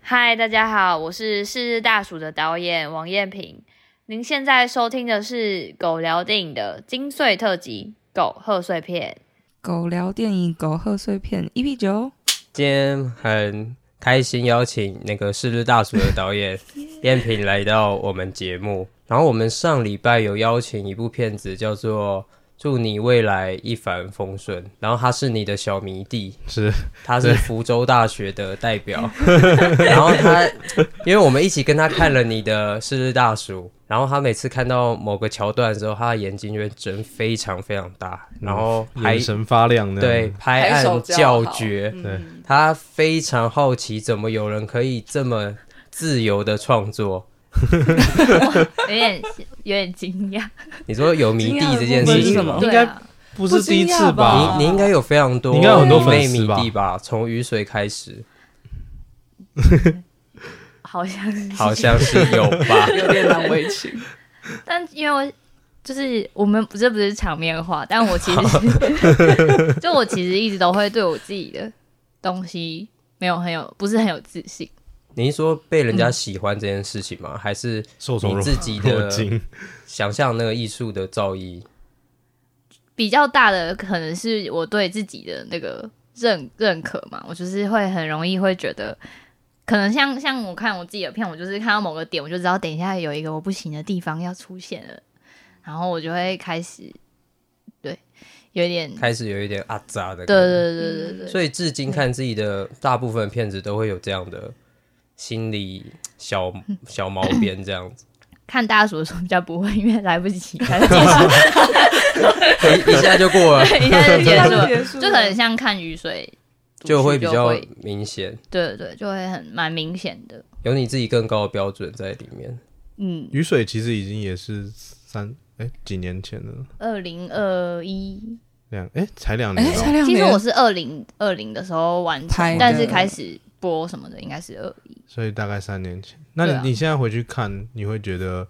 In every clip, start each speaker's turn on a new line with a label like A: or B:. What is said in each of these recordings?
A: 嗨，大家好，我是《是日大暑》的导演王彦平。您现在收听的是《狗聊电影》的精粹特辑《狗贺岁片》。
B: 狗聊电影狗贺岁片 EP 九，
C: 今天很开心邀请那个《是日大叔》的 导演燕平来到我们节目。然后我们上礼拜有邀请一部片子叫做《祝你未来一帆风顺》，然后他是你的小迷弟，
D: 是
C: 他是福州大学的代 表。然后他，因为我们一起跟他看了你的《是日大叔》，然后他每次看到某个桥段的时候，他的眼睛就会睁非常非常大，然后还
D: 嗯眼神发亮的，
C: 对，拍
E: 拍手
C: 案
E: 叫
C: 叫
E: 好嗯
C: 绝。
D: 对，
F: 嗯
C: 他非常好奇，怎么有人可以这么自由的创作？
F: 有点有点惊讶，
C: 你说有迷弟这件
B: 惊讶的部
C: 事
B: 分是什么
C: 情吗，
F: 对
D: 应该
F: 啊，
D: 不是第一次吧？
C: 你你应该有非常多，
D: 你应该有很多粉丝
C: 迷
D: 吧
C: 弟吧？从雨水开始，
F: 好像是，
C: 好像是有 吧？
E: 有点难为 情。
F: 但因为我就是我们不是不是场面话，但我其实是 就我其实一直都会对我自己的东西没有很有不是很有自信，
C: 你是说被人家喜欢这件事情吗？还是
D: 受宠
C: 你
D: 若
C: 自己
D: 若
C: 的
D: 惊，
C: 想象那个艺术的造诣？
F: 比较大的可能是我对自己的那个认认可嘛，我就是会很容易会觉得，可能像像我看我自己的片，我就是看到某个点，我就知道等一下有一个我不行的地方要出现了，然后我就会开始对有一点对
C: 开始有一点阿扎的感觉，
F: 对对对
B: 嗯
F: 对对，
C: 所以至今看自己的大部分片子都会有这样的心理小小毛边这样 子。
F: 看大叔的时候比较不会，因为来不及来不及
C: 一一下就过了，
F: 一下就结束了，
B: 结束
F: 就很像看雨水，
C: 就会比较
F: 会
C: 明显，
F: 对对对，就会很蛮明显的，
C: 有你自己更高的标准在里面。
F: 嗯，
D: 雨水其实已经也是三哎几年前了，
F: 二零二一。
D: 两哎才两
B: 哎，
D: 年
B: 才
D: 哦，
B: 两
F: 其实我
B: 年，
F: 是二零二零的时候完
B: 拍
F: 成
B: 的，
F: 但是开始播什么的应该是二一。
D: 所以大概三年前。那
F: 对啊
D: 你你现在回去看，你会觉 得，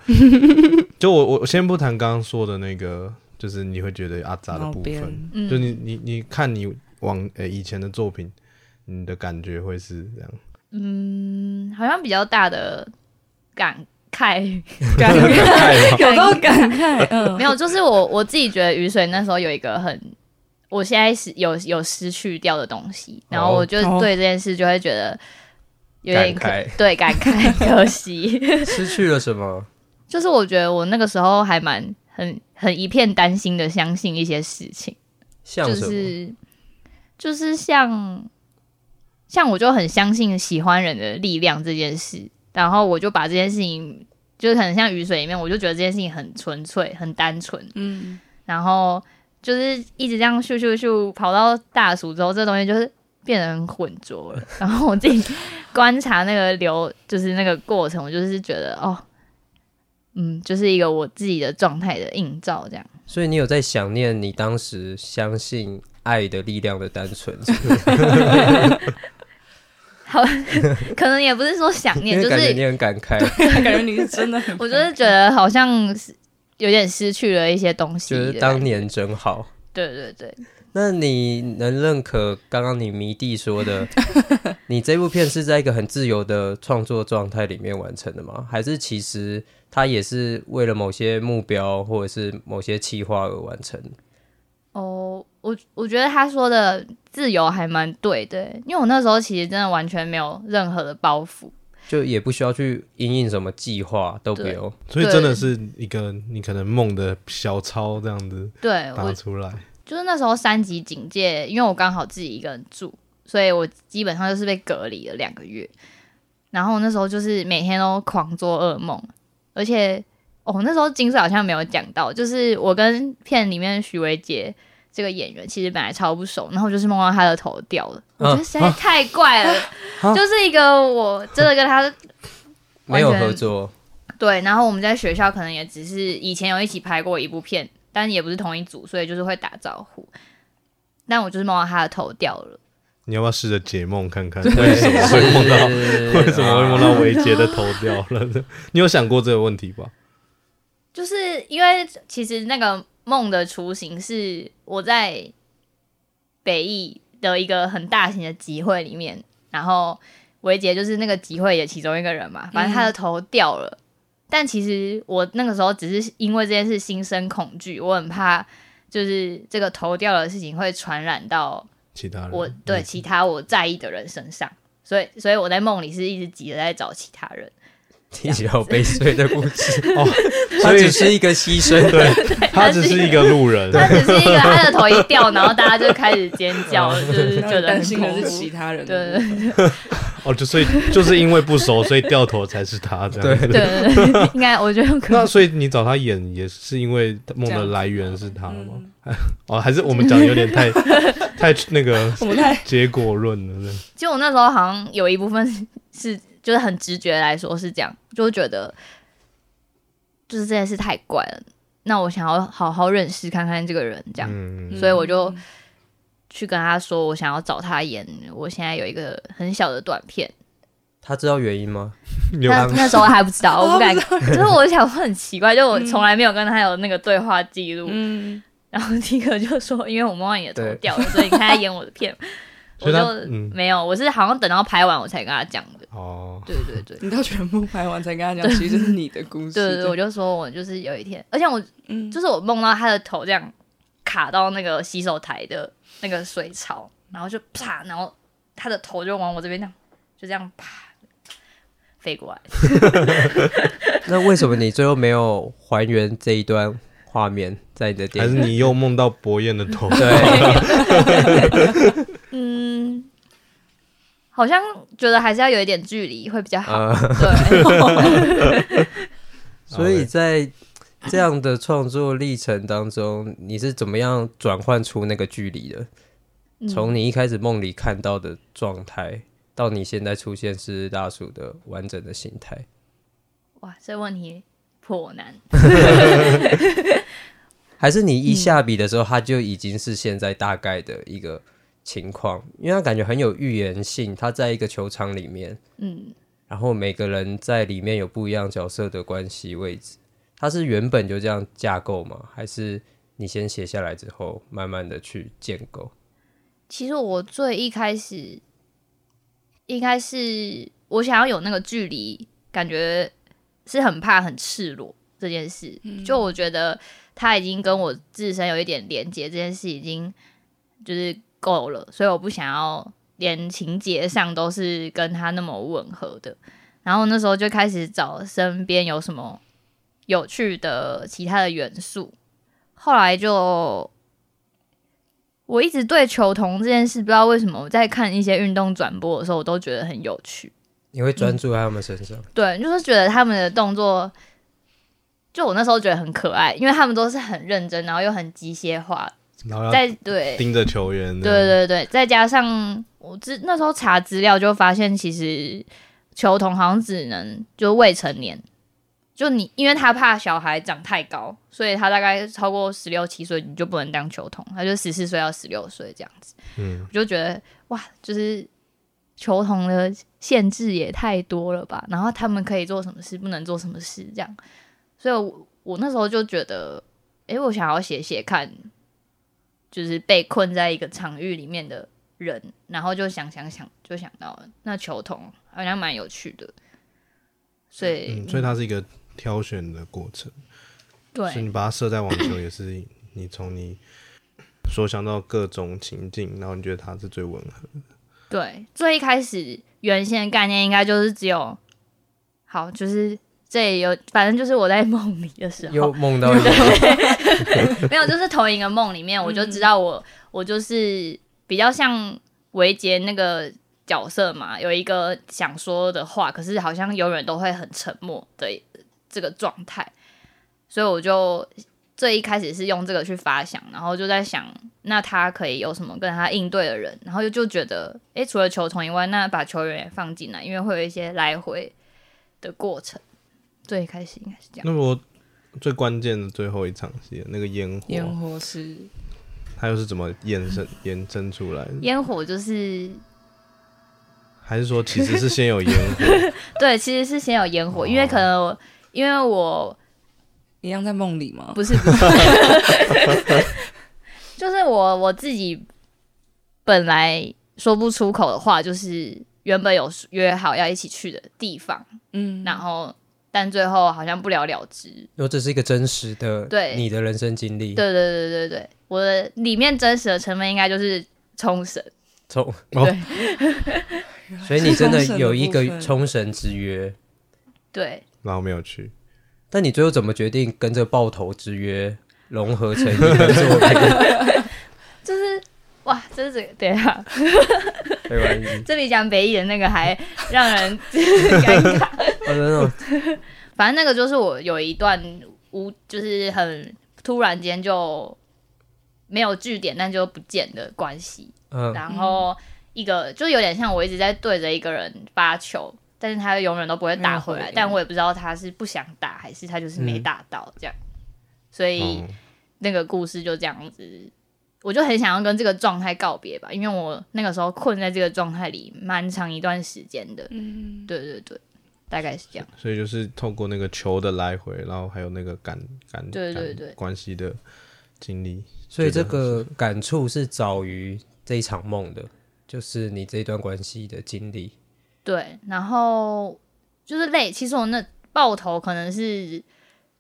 D: 就我我我先不谈刚刚说的那个，就是你会觉得阿杂的
B: 毛
D: 部分
B: 边，
F: 嗯，
D: 就你你你看你往呃以前的作品，你的感觉会是这样。
F: 嗯，好像比较大的感慨，
B: 感
D: 慨吗
B: 有多感 慨，嗯，
F: 没有，就是我我自己觉得雨水那时候有一个很，我现在是有有失去掉的东西，然后我就
B: 哦
F: 对这件事就会觉得有点可
C: 感慨
F: 对感慨 可惜，
C: 失去了什 么？
F: 就是我觉得我那个时候还蛮很很一片担心的，相信一些事情。
C: 像
F: 就
C: 什么？
F: 是就是像像我就很相信喜欢人的力量这件事，然后我就把这件事情就是很像雨水里面，我就觉得这件事情很纯粹、很单纯，
B: 嗯，
F: 然后就是一直这样咻咻咻跑到大暑之后，这东西就是。变得很浑浊了，然后我自己观察那个流，就是那个过程，我就是觉得哦，嗯，就是一个我自己的状态的映照，这样。
C: 所以你有在想念你当时相信爱的力量的单纯，
F: 好，可能也不是说想
C: 因
F: 念，
C: 为
F: 就
C: 感觉
F: 是
C: 你很感慨，
B: 嗯感觉你是真的很，
F: 我就是觉得好像是有点失去了一些东西
C: 就
F: 的感
C: 是
F: 觉。
C: 当年真好。
F: 对对对，
C: 那你能认可刚刚你迷弟说 的，你这部片是在一个很自由的创作状态里面完成的吗？还是其实它也是为了某些目标或者是某些企划而完成？
F: 哦，我我觉得他说的自由还蛮对的，因为我那时候其实真的完全没有任何的包袱。
C: 就也不需要去因应什么计划，都不
F: 对
C: 用。
D: 所以
F: 对
D: 真的是一个你可能梦的小抄这样子
F: 对
D: 打
F: 呃我
D: 出来，
F: 就是那时候三级警戒，因为我刚好自己一个人住，所以我基本上就是被隔离了两个月。然后我那时候就是每天都狂做噩梦，而且哦，那时候金穗好像没有讲到，就是我跟片里面许维杰这个演员其实本来超不熟，然后我就是梦到他的头掉了，我觉得实在太怪了，
D: 啊
F: 就是一个我真的跟他
C: 没有
F: 完全
C: 合作，
F: 对，然后我们在学校可能也只是以前有一起拍过一部片，但也不是同一组，所以就是会打招呼。但我就是梦到他的头掉了，
D: 你要不要试着解梦看 看？
C: 对， 啊
D: 为什么会梦到？
C: 到
D: 为什么会梦到维杰的头掉了？ 你有想过这个问题吧？
F: 就是因为其实那个梦的雏形是我在北艺的一个很大型的集会里面，然后维杰就是那个集会也其中一个人嘛，反正他的头掉了。但其实我那个时候只是因为这件事心生恐惧，我很怕就是这个头掉了的事情会传染到
D: 其他人
F: 我对
D: 嗯
F: 其他我在意的人身上，所以所以我在梦里是一直急着在找其他人。
C: 啊听起来好悲催的故事
D: 哦，
C: 他只是一个牺 牲，
D: 对，他只是一个路人，
F: 他只是一个他的头一掉，然后大家就开始尖 叫，就是觉得
B: 担
F: 很
B: 心的
F: 恐
B: 是
F: 怖
B: 其。他人
F: 对
B: 的
F: 对
B: 部分，
D: 哦，就所以就是因为不熟，所以掉头才是他这样。
F: 对对 对对，应该我觉得有可
D: 那
F: 能。
D: 所以你找他演也是因为梦
B: 这样
D: 的
B: 子
D: 来源是他吗？
B: 嗯，
D: 哦，还是我们讲得有点太 太那个
B: 我们太
D: 结果论了呢？
F: 其实我那时候好像有一部分是是就是很直觉来说是这样，就会觉得就是这件事太怪了。那我想要好好认识看看这个人，这样。
D: 嗯，
F: 所以我就去跟他说，我想要找他演。我现在有一个很小的短片，
C: 他知道原因吗？
D: 你有
F: 那那时候还不知道，我不敢
B: 哦，知道
F: 就是我想说很奇怪，就我从来没有跟他有那个对话记录。
B: 嗯，
F: 然后迪克就说：“因为我梦到你的头
C: 对
F: 掉了，所以你看他演我的片。”
D: 所以
F: 我
D: 他
F: 就
D: 嗯
F: 没有，我是好像等到拍完我才跟他讲的。
D: 哦，
F: 对对对，
B: 你到全部拍完才跟他讲，其实这是你的故事，
F: 对对对，我就说我就是有一天，而且我
B: 嗯，
F: 就是我梦到他的头这样卡到那个洗手台的那个水槽，然后就啪，然后他的头就往我这边这样，就这样啪飞过来。
C: 那为什么你最后没有还原这一段画面在你的
D: 还
C: 电
D: 是
C: 影？
D: 你又梦到博彦的头？
C: 对，
F: 嗯，好像觉得还是要有一点距离会比较好。
C: 呃，
F: 对，
C: 所以在这样的创作历程当中，你是怎么样转换出那个距离的？从你一开始梦里看到的状态，到你现在出现是大叔的完整的形态，
F: 哇，这问题颇难。
C: 还是你一下笔的时候，它就已经是现在大概的一个情况？因为它感觉很有预言性，它在一个球场里面，
F: 嗯，
C: 然后每个人在里面有不一样角色的关系位置，它是原本就这样架构吗？还是你先写下来之后，慢慢的去建构？
F: 其实我最一开始应该是我想要有那个距离，感觉是很怕很赤裸这件事。就我觉得他已经跟我自身有一点连接，这件事已经就是够了，所以我不想要连情节上都是跟他那么吻合的。然后那时候就开始找身边有什么有趣的其他的元素，后来就我一直对球童这件事，不知道为什么我在看一些运动转播的时候，我都觉得很有趣。
C: 你会专注在他们身上，
F: 对，就是觉得他们的动作，就我那时候觉得很可爱，因为他们都是很认真，然后又很机械化，
D: 然后要
F: 在对
D: 盯着球员这
F: 对
D: 样，
F: 对对，再加上我之那时候查资料就发现，其实球童好像只能就未成年，就你因为他怕小孩长太高，所以他大概超过十六七岁你就不能当球童，他就十四岁到十六岁这样子。
D: 嗯，
F: 我就觉得哇，就是球童的限制也太多了吧，然后他们可以做什么事，不能做什么事这样，所以我我那时候就觉得，诶，我想要写写看，就是被困在一个场域里面的人，然后就想想想，就想到了那球童好像蛮有趣的，所以、
D: 嗯，所以它是一个挑选的过程，
F: 对
D: 所以你把它设在网球也 是你从你所想到各种情境，然后你觉得它是最吻合。
F: 对，最一开始原先的概念应该就是只有，好，就是这也有，反正就是我在梦里的时
C: 又
F: 候，
C: 梦 到一个
F: 没有，就是同一个梦里面，我就知道我、我就是比较像维杰那个角色嘛，有一个想说的话，可是好像永远都会很沉默的这个状态，所以我就最一开始是用这个去发想，然后就在想，那他可以有什么跟他应对的人，然后就就觉得，诶，除了球童以外，那把球员也放进来，因为会有一些来回的过程。最一开始应该是这样。
D: 那我最关键的最后一场戏，那个烟
B: 烟
D: 火，
B: 火是
D: 它又是怎么延 伸延伸出来的？
F: 烟火就是
D: 还是说其实是先有烟火？
F: 对，其实是先有烟火，因为可能我因为我
B: 一样在梦里吗？
F: 不是不是，就是我我自己本来说不出口的话，就是原本有约好要一起去的地方，
B: 嗯
F: 然后但最后好像不了了之。
C: 因为这是一个真实的，
F: 对
C: 你的人生经历，
F: 对对对对对，我的里面真实的成分应该就是冲绳，
C: 从 哦
D: 对，
C: 所以你真的有一
B: 是冲绳的部分
C: 个冲绳之约，
F: 对，
D: 然后没有 去，
C: 但你最后怎么决定跟这爆头之约融合成一个作品？
F: 就是哇，这是这个等一下，
C: 对吧？
F: 这里讲北艺的那个还让人 尴尬。
C: 哦，真的
F: 反正那个就是我有一段无，就是很突然间就没有据点，但就不见的关系。
C: 嗯，
F: 然后一个就有点像我一直在对着一个人发球，但是他永远都不会打回
B: 没有
F: 来嗯
B: 回，应
F: 但我也不知道他是不想打还是他就是没打到这样。所以
D: 嗯，
F: 那个故事就这样子，我就很想要跟这个状态告别吧，因为我那个时候困在这个状态里蛮长一段时间的。
B: 嗯，
F: 对对对，大概是这样。
D: 所以就是透过那个球的来回，然后还有那个感感
F: 对对
D: 感
F: 对
D: 关系的经历，
C: 所以这个感触是早于这一场梦的，就是你这一段关系的经历。
F: 对，然后就是累。其实我那爆头可能是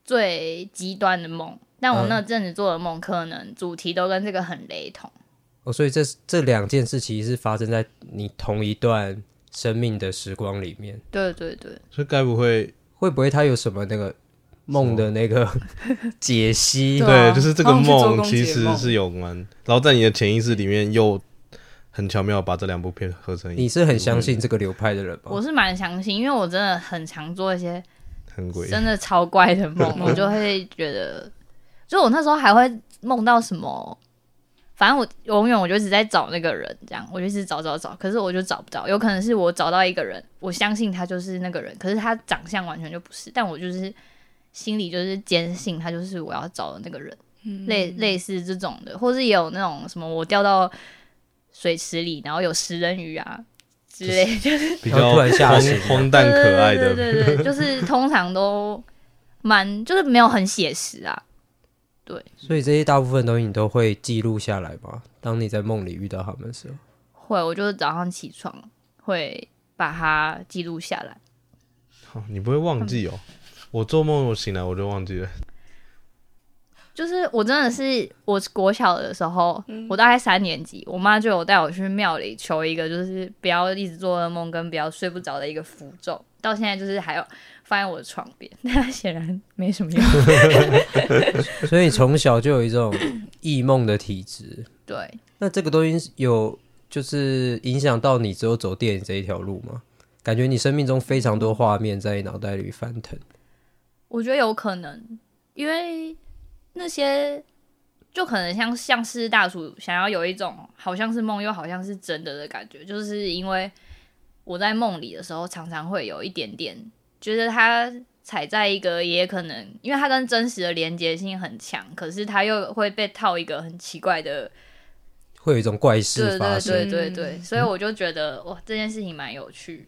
F: 最极端的梦，但我那阵子做的梦可能主题都跟这个很雷同。
C: 哦，所以这这两件事其实是发生在你同一段生命的时光里面，
F: 对对对，
D: 所以该不会
C: 会不会它有什么那个梦的那个解析
B: 对？啊
D: 就是这个
B: 好像去做
D: 梦
B: 公解
D: 其实
B: 梦
D: 是有关，然后在你的潜意识里面又很巧妙把这两部片合成一，
C: 你是很相信这个流派的人吗
F: 我？是蛮相信，因为我真的很常做一些
D: 很鬼，
F: 真的超怪的梦，我就会觉得，就我那时候还会梦到什么。反正我永远我就一直在找那个人，这样我就一直找找找，可是我就找不到。有可能是我找到一个人，我相信他就是那个人，可是他长相完全就不是。但我就是心里就是坚信他就是我要找的那个人，类类似这种的，或是也有那种什么我掉到水池里，然后有食人鱼啊之类的
D: 比
C: 然后
D: 较
C: 突然吓
D: 荒
C: 醒了
D: 荒诞可爱的，
F: 对对对对，就是通常都蛮 就是没有很写实啊。
C: 所以这些大部分东西你都会记录下来吗？当你在梦里遇到他们的时候，
F: 会，我就早上起床会把它记录下来。
D: 哦你不会忘记哦。
F: 嗯
D: 我做梦，我醒来我就忘记了。
F: 就是我真的是我国小的时候，我大概三年级，我妈就有带我去庙里求一个，就是不要一直做噩梦跟不要睡不着的一个符咒。到现在就是还有放在我的床边， 但它显然没什么用。
C: 所以你从小就有一种异梦的体质。
F: 对，
C: 那这个东西有就是影响到你只有走电影这一条路吗？感觉你生命中非常多画面在你脑袋里翻腾。
F: 我觉得有可能，因为那些就可能像像是大叔想要有一种好像是梦又好像是真的的感觉，就是因为我在梦里的时候常常会有一点点觉得他踩在一个也可能，因为他跟真实的连接性很强，可是他又会被套一个很奇怪的，
C: 会有一种怪
F: 对
C: 事发
F: 对
C: 生。
F: 对对对，所以我就觉得哇，这件事情蛮有趣，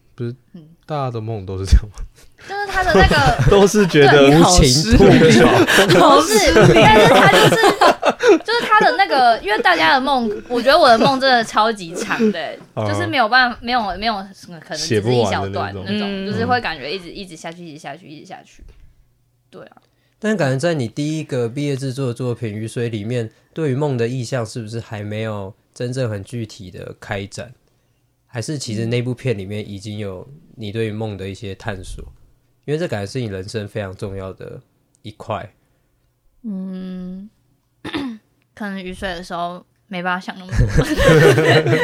D: 大家的梦都是 这样吗？
F: 就是他的那个。
D: 都是觉
F: 对
D: 得
C: 无情吐槽，
F: 不哦 是，但是他就是就是他的那个，因为大家的梦，我觉得我的梦真的超级长的、欸
D: 嗯
F: 就是没有办法，没有没有可能只
D: 写
F: 是
D: 不
F: 一
D: 完的
F: 小段
D: 那种
F: 那种，
B: 嗯
F: 就是会感觉一直一直下去，一直下去，一直下去。对啊，
C: 但感觉在你第一个毕业制作的作品《雨水》里面，对于梦的意象是不是还没有真正很具体的开展？还是其实那部片里面已经有你对于梦的一些探索？因为这感觉是你人生非常重要的一块。
F: 嗯可能雨水的时候没办法想那 么多。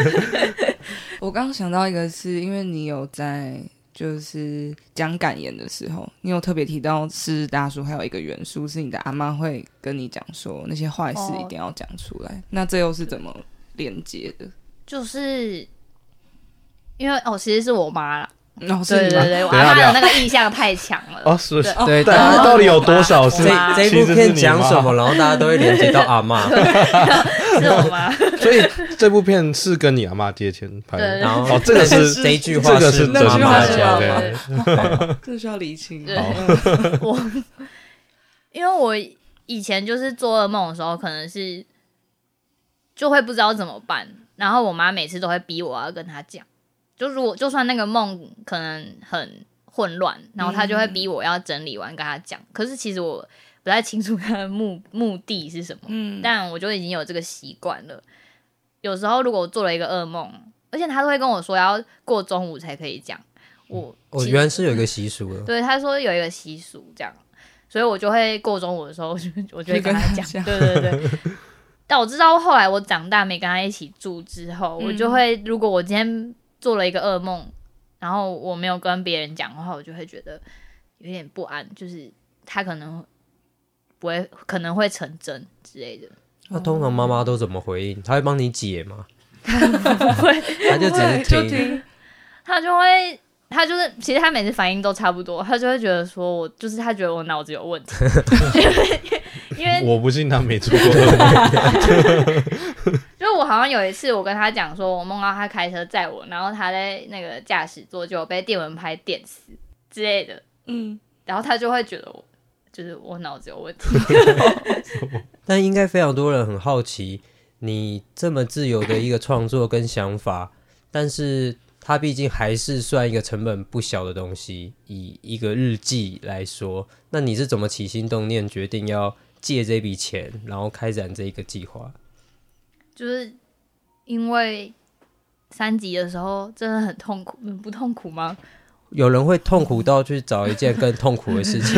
B: 我刚刚想到一个是，因为你有在就是讲感言的时候，你有特别提到是大叔，还有一个元素是你的阿妈会跟你讲说那些坏事
F: 哦
B: 一定要讲出来，那这又是怎么连接的？
F: 就是因为哦，其实是我妈啦，
B: 然后是
F: 对
B: 你
F: 对
B: 吗
F: 对，我
D: 等一
F: 阿
D: 下
F: 妈的那个意向太强了。
D: 啊，是
F: 对
C: 哦对，
D: 但
C: 大
D: 是
C: 家
D: 到底有多少
F: 我
D: 是？
F: 妈
C: 哦这这
D: 其
C: 一
D: 实
C: 部
D: 是
C: 片
D: 你
C: 讲
D: 妈
C: 什么，然后大家都会连接到阿嬷。
F: 是我妈，
D: 所以这部片是跟你阿妈借钱拍
F: 对
D: 的。
C: 然后
D: 哦这个是
C: 这一句话
D: 这个是
C: 妈
D: 真
C: 妈
D: 的
B: 这句
C: 教
B: 话是
C: 的
B: 妈妈。
F: 对
B: 这需要理清。
F: 对
B: 嗯
F: 我因为我以前就是做噩梦的时候，可能是就会不知道怎么办，然后我妈每次都会逼我要跟她讲，就如果就算那个梦可能很混乱，然后他就会逼我要整理完跟他讲。可是其实我不太清楚他的目目的是什么，
B: 嗯，
F: 但我就已经有这个习惯了。有时候如果我做了一个噩梦，而且他都会跟我说要过中午才可以讲。我
C: 我
F: 其
C: 哦原来是有一个习俗
B: 嗯
C: 的，
F: 对，他说有一个习俗这样，所以我就会过中午的时候，我 就我就会
B: 就
F: 跟
B: 跟
F: 他
B: 他
F: 讲，
B: 讲
F: 对对对。 但我知道后来我长大没跟他一起住之后，我就
B: 嗯
F: 会如果我今天做了一个噩梦，然后我没有跟别人讲的话，我就会觉得有点不安，就是他可能不会可能会成真之类的。
C: 那通常妈妈都怎么回应？她会帮你解吗？
F: 会
C: 她就只是
B: 就
C: 听。
B: 听，
F: 他就会，他就是，其实他每次反应都差不多，他就会觉得说我就是他觉得我脑子有问题，因为因为
D: 我不信他没做过噩 梦，
F: 就我好像有一次，我跟他讲说，我梦到他开车载我，然后他在那个驾驶座就有被电蚊拍电死之类的，
B: 嗯，
F: 然后他就会觉得我就是我脑子有问题。
C: 但应该非常多人很好奇，你这么自由的一个创作跟想法，但是它毕竟还是算一个成本不小的东西。以一个日记来说，那你是怎么起心动念决定要借这笔钱，然后开展这一个计划？
F: 就是因为三级的时候真的很痛苦，嗯不痛苦吗？
C: 有人会痛苦到去找一件更痛苦的事情，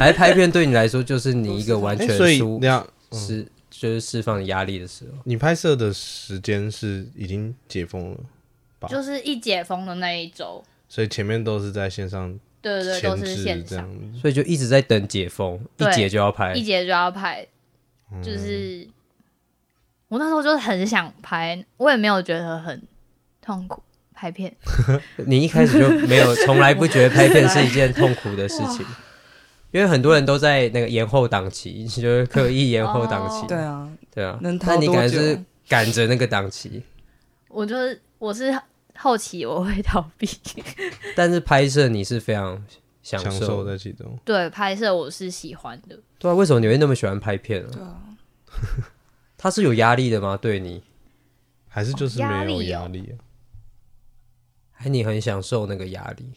C: 来拍片对你来说就是你一个完全
D: 诶哎所以
C: 舒
D: 那样
C: 释，就是释放压力的时候。
D: 你拍摄的时间是已经解封了，好
F: 就是一解封的那一周，
D: 所以前面都是在线上
F: 对对对，都
D: 前
F: 是
D: 置
F: 线
D: 这
F: 上，
D: 样子。
C: 所以就一直在等解封，一
F: 对
C: 解就要拍
F: 一。节就要拍，
D: 嗯
F: 就是、我那时候就是很想拍，我也没有觉得很痛苦拍片。
C: 你一开始就没有，从来不觉得拍片是一件痛苦的事 情，因为很多人都在那个延后档期，就是刻意延后档期。
B: 对啊，
C: 对啊，
B: 能
C: 但
B: 逃
C: 你
B: 多
C: 感觉
B: 久？
C: 是赶着那个档期，
F: 我就是我是后期我会逃避，
C: 但是拍摄你是非常享
D: 享
C: 受
D: 受
C: 的。
D: 在其中，
F: 对拍摄我是喜欢的，
C: 对啊，为什么你会那么喜欢拍片啊？
B: 对啊，
C: 它是有压力的吗？对你，
D: 还是就是
F: 压
D: 没有
F: 力哦
D: 压力啊？
C: 还你很享受那个压力？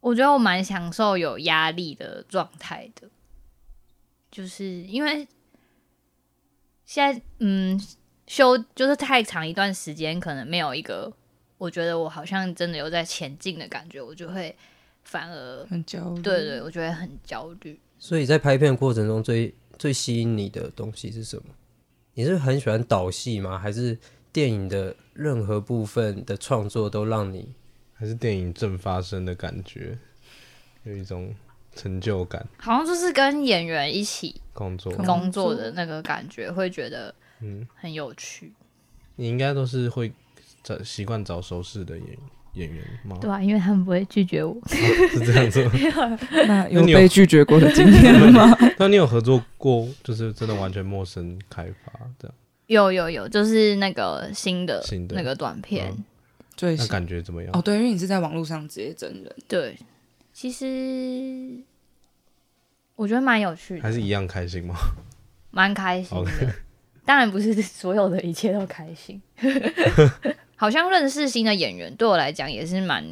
F: 我觉得我蛮享受有压力的状态的，就是因为现在嗯休就是太长一段时间，可能没有一个我觉得我好像真的有在前进的感觉，我就会反而
B: 很焦虑，
F: 对对，我就会很焦虑。
C: 所以在拍片的过程中最最吸引你的东西是什么？你是很喜欢导戏吗？还是电影的任何部分的创作都让你
D: 还是电影正发生的感觉，有一种成就感。
F: 好像就是跟演员一起
D: 工作，
B: 工
F: 工作
B: 作
F: 的那个感觉，会觉得
D: 嗯，
F: 很有趣，
D: 你应该都是会找习惯找熟识的演演员吗？
F: 对吧、啊因为他们不会拒绝我。
D: 是这样子吗。
B: 那
D: 有
B: 有被拒绝过的经验吗？
D: 那你有合作过，就是真的完全陌生开发这样，
F: 有有有，就是那个新的
D: 新的
F: 那个短片，
D: 嗯
B: 最
D: 那
B: 喜
D: 感觉怎么样？
B: 哦，对，因为你是在网络上直接真人，
F: 对，其实我觉得蛮有趣
D: 还
F: 的，
D: 是一样开心吗？
F: 蛮开
D: 啊
F: 心的。当然不是所有的一切都开 心，好像认识新的演员对我来讲也是蛮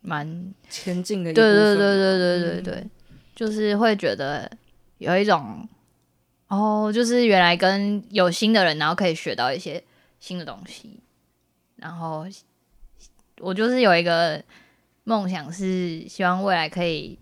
F: 蛮
B: 前进的一
F: 对对
B: 部分
F: 对对对对对，
B: 嗯
F: 就是会觉得有一种哦，就是原来跟有新的人，然后可以学到一些新的东西。然后我就是有一个梦想，是希望未来可以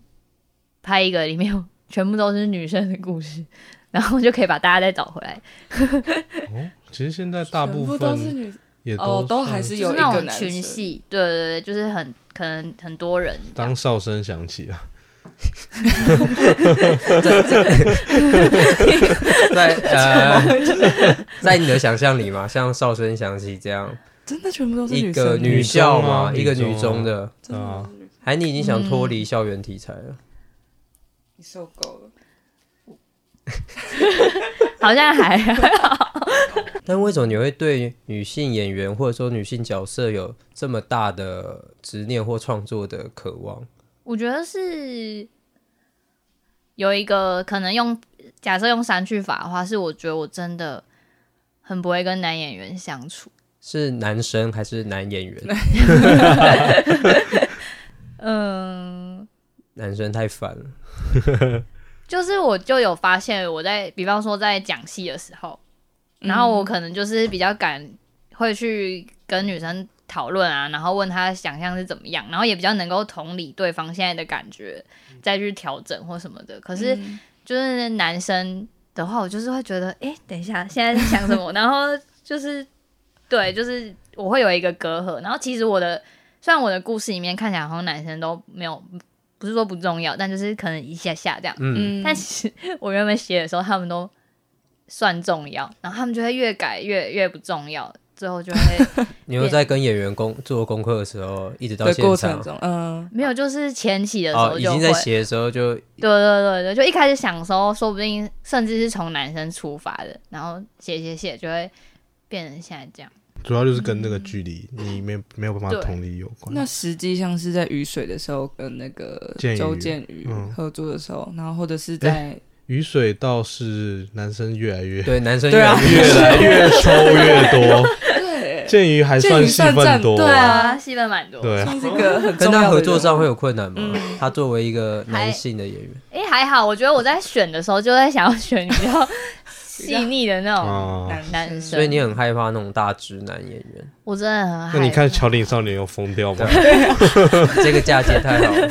F: 拍一个里面有全部都是女生的故事， 然后就可以把大家再找回来。
D: 哦，其实现在大部
B: 全部都是
D: 分
B: 女，
D: 也
B: 哦
D: 都
B: 都
D: 是
B: 还是
F: 就
B: 有
F: 是
B: 一
F: 那
B: 个
F: 种
B: 男
F: 群
B: 生
F: 戏，对对对，就是很可能很多人这样
D: 当哨声响起啊，
C: 在 呃，在你的想象里嘛，像哨声响起这样，
B: 真的全部都是
C: 一个
B: 生
C: 女
B: 女
C: 校
D: 女中
C: 嘛，
D: 啊
C: 一个
D: 女中啊
C: 女中的，
D: 对啊，
C: 还你已经想脱
B: 嗯
C: 离校园题材了，
B: 你受够了，
F: 好像还好。
C: 但为什么你会对女性演员或者说女性角色有这么大的执念或创作的渴望？
F: 我觉得是有一个可能用假设用删去法的话，是我觉得我真的很不会跟男演员相处。
C: 是男生还是男 演员？
F: 嗯，
C: 男生太烦了。
F: 就是我就有发现，我在比方说在讲戏的时候，然后我可能就是比较敢会去跟女生讨论啊，然后问她想象是怎么样，然后也比较能够同理对方现在的感觉，再去调整或什么的。可
B: 嗯
F: 是就是男生的话，我就是会觉得，诶，等一下，现在在想什么？ 然后就是对，就是我会有一个隔阂。然后其实我的虽然我的故事里面看起来好像男生都没有，不是说不重要，但就是可能一下下这样。
C: 嗯，
B: 嗯，
F: 但其实我原本写的时候，他们都算重要，然后他们就会越改越越不重要，最后就会
C: 你又在跟演员工做功课的时候，一直到
B: 的
C: 现
B: 过程
C: 场
B: 中，嗯，
F: 没有，就是前期的时
C: 哦，
F: 候
C: 已
F: 就
C: 经
F: 会，
C: 在写的时候就
F: 对对对对，就一开始想的时候，说不定甚至是从男生出发的，然后写写写就会变成现在这样。
D: 主要就是跟那个距离你没没有办法
F: 对
D: 同理有关。
B: 那实际像是在雨水的时候跟那个
D: 建宇
B: 周建宇
D: 嗯
B: 合作的时候，然后或者是在
D: 雨水倒是男生越来越
C: 对男生越
B: 对啊
C: 来 越
D: 越来越抽越多，
B: 对，
D: 鉴于还
B: 建宇
D: 算戏份多，
B: 对啊
F: 啊，戏份蛮多。
D: 对
B: 算是个很
C: 跟
B: 重要
C: 他
B: 的
C: 合作
B: 人
C: 上
B: 物
C: 会有困难吗？
F: 嗯
C: 他作为一个男性的演员，
F: 哎、还好，我觉得我在选的时候就在想要选比较细腻的那种
D: 啊。
F: 男生，
C: 所以你很害怕那种大直男演员，
F: 我真的很害
D: 那
F: 怕。
D: 你看《乔林少年》有疯掉吗？
C: 这个嫁接太好 了。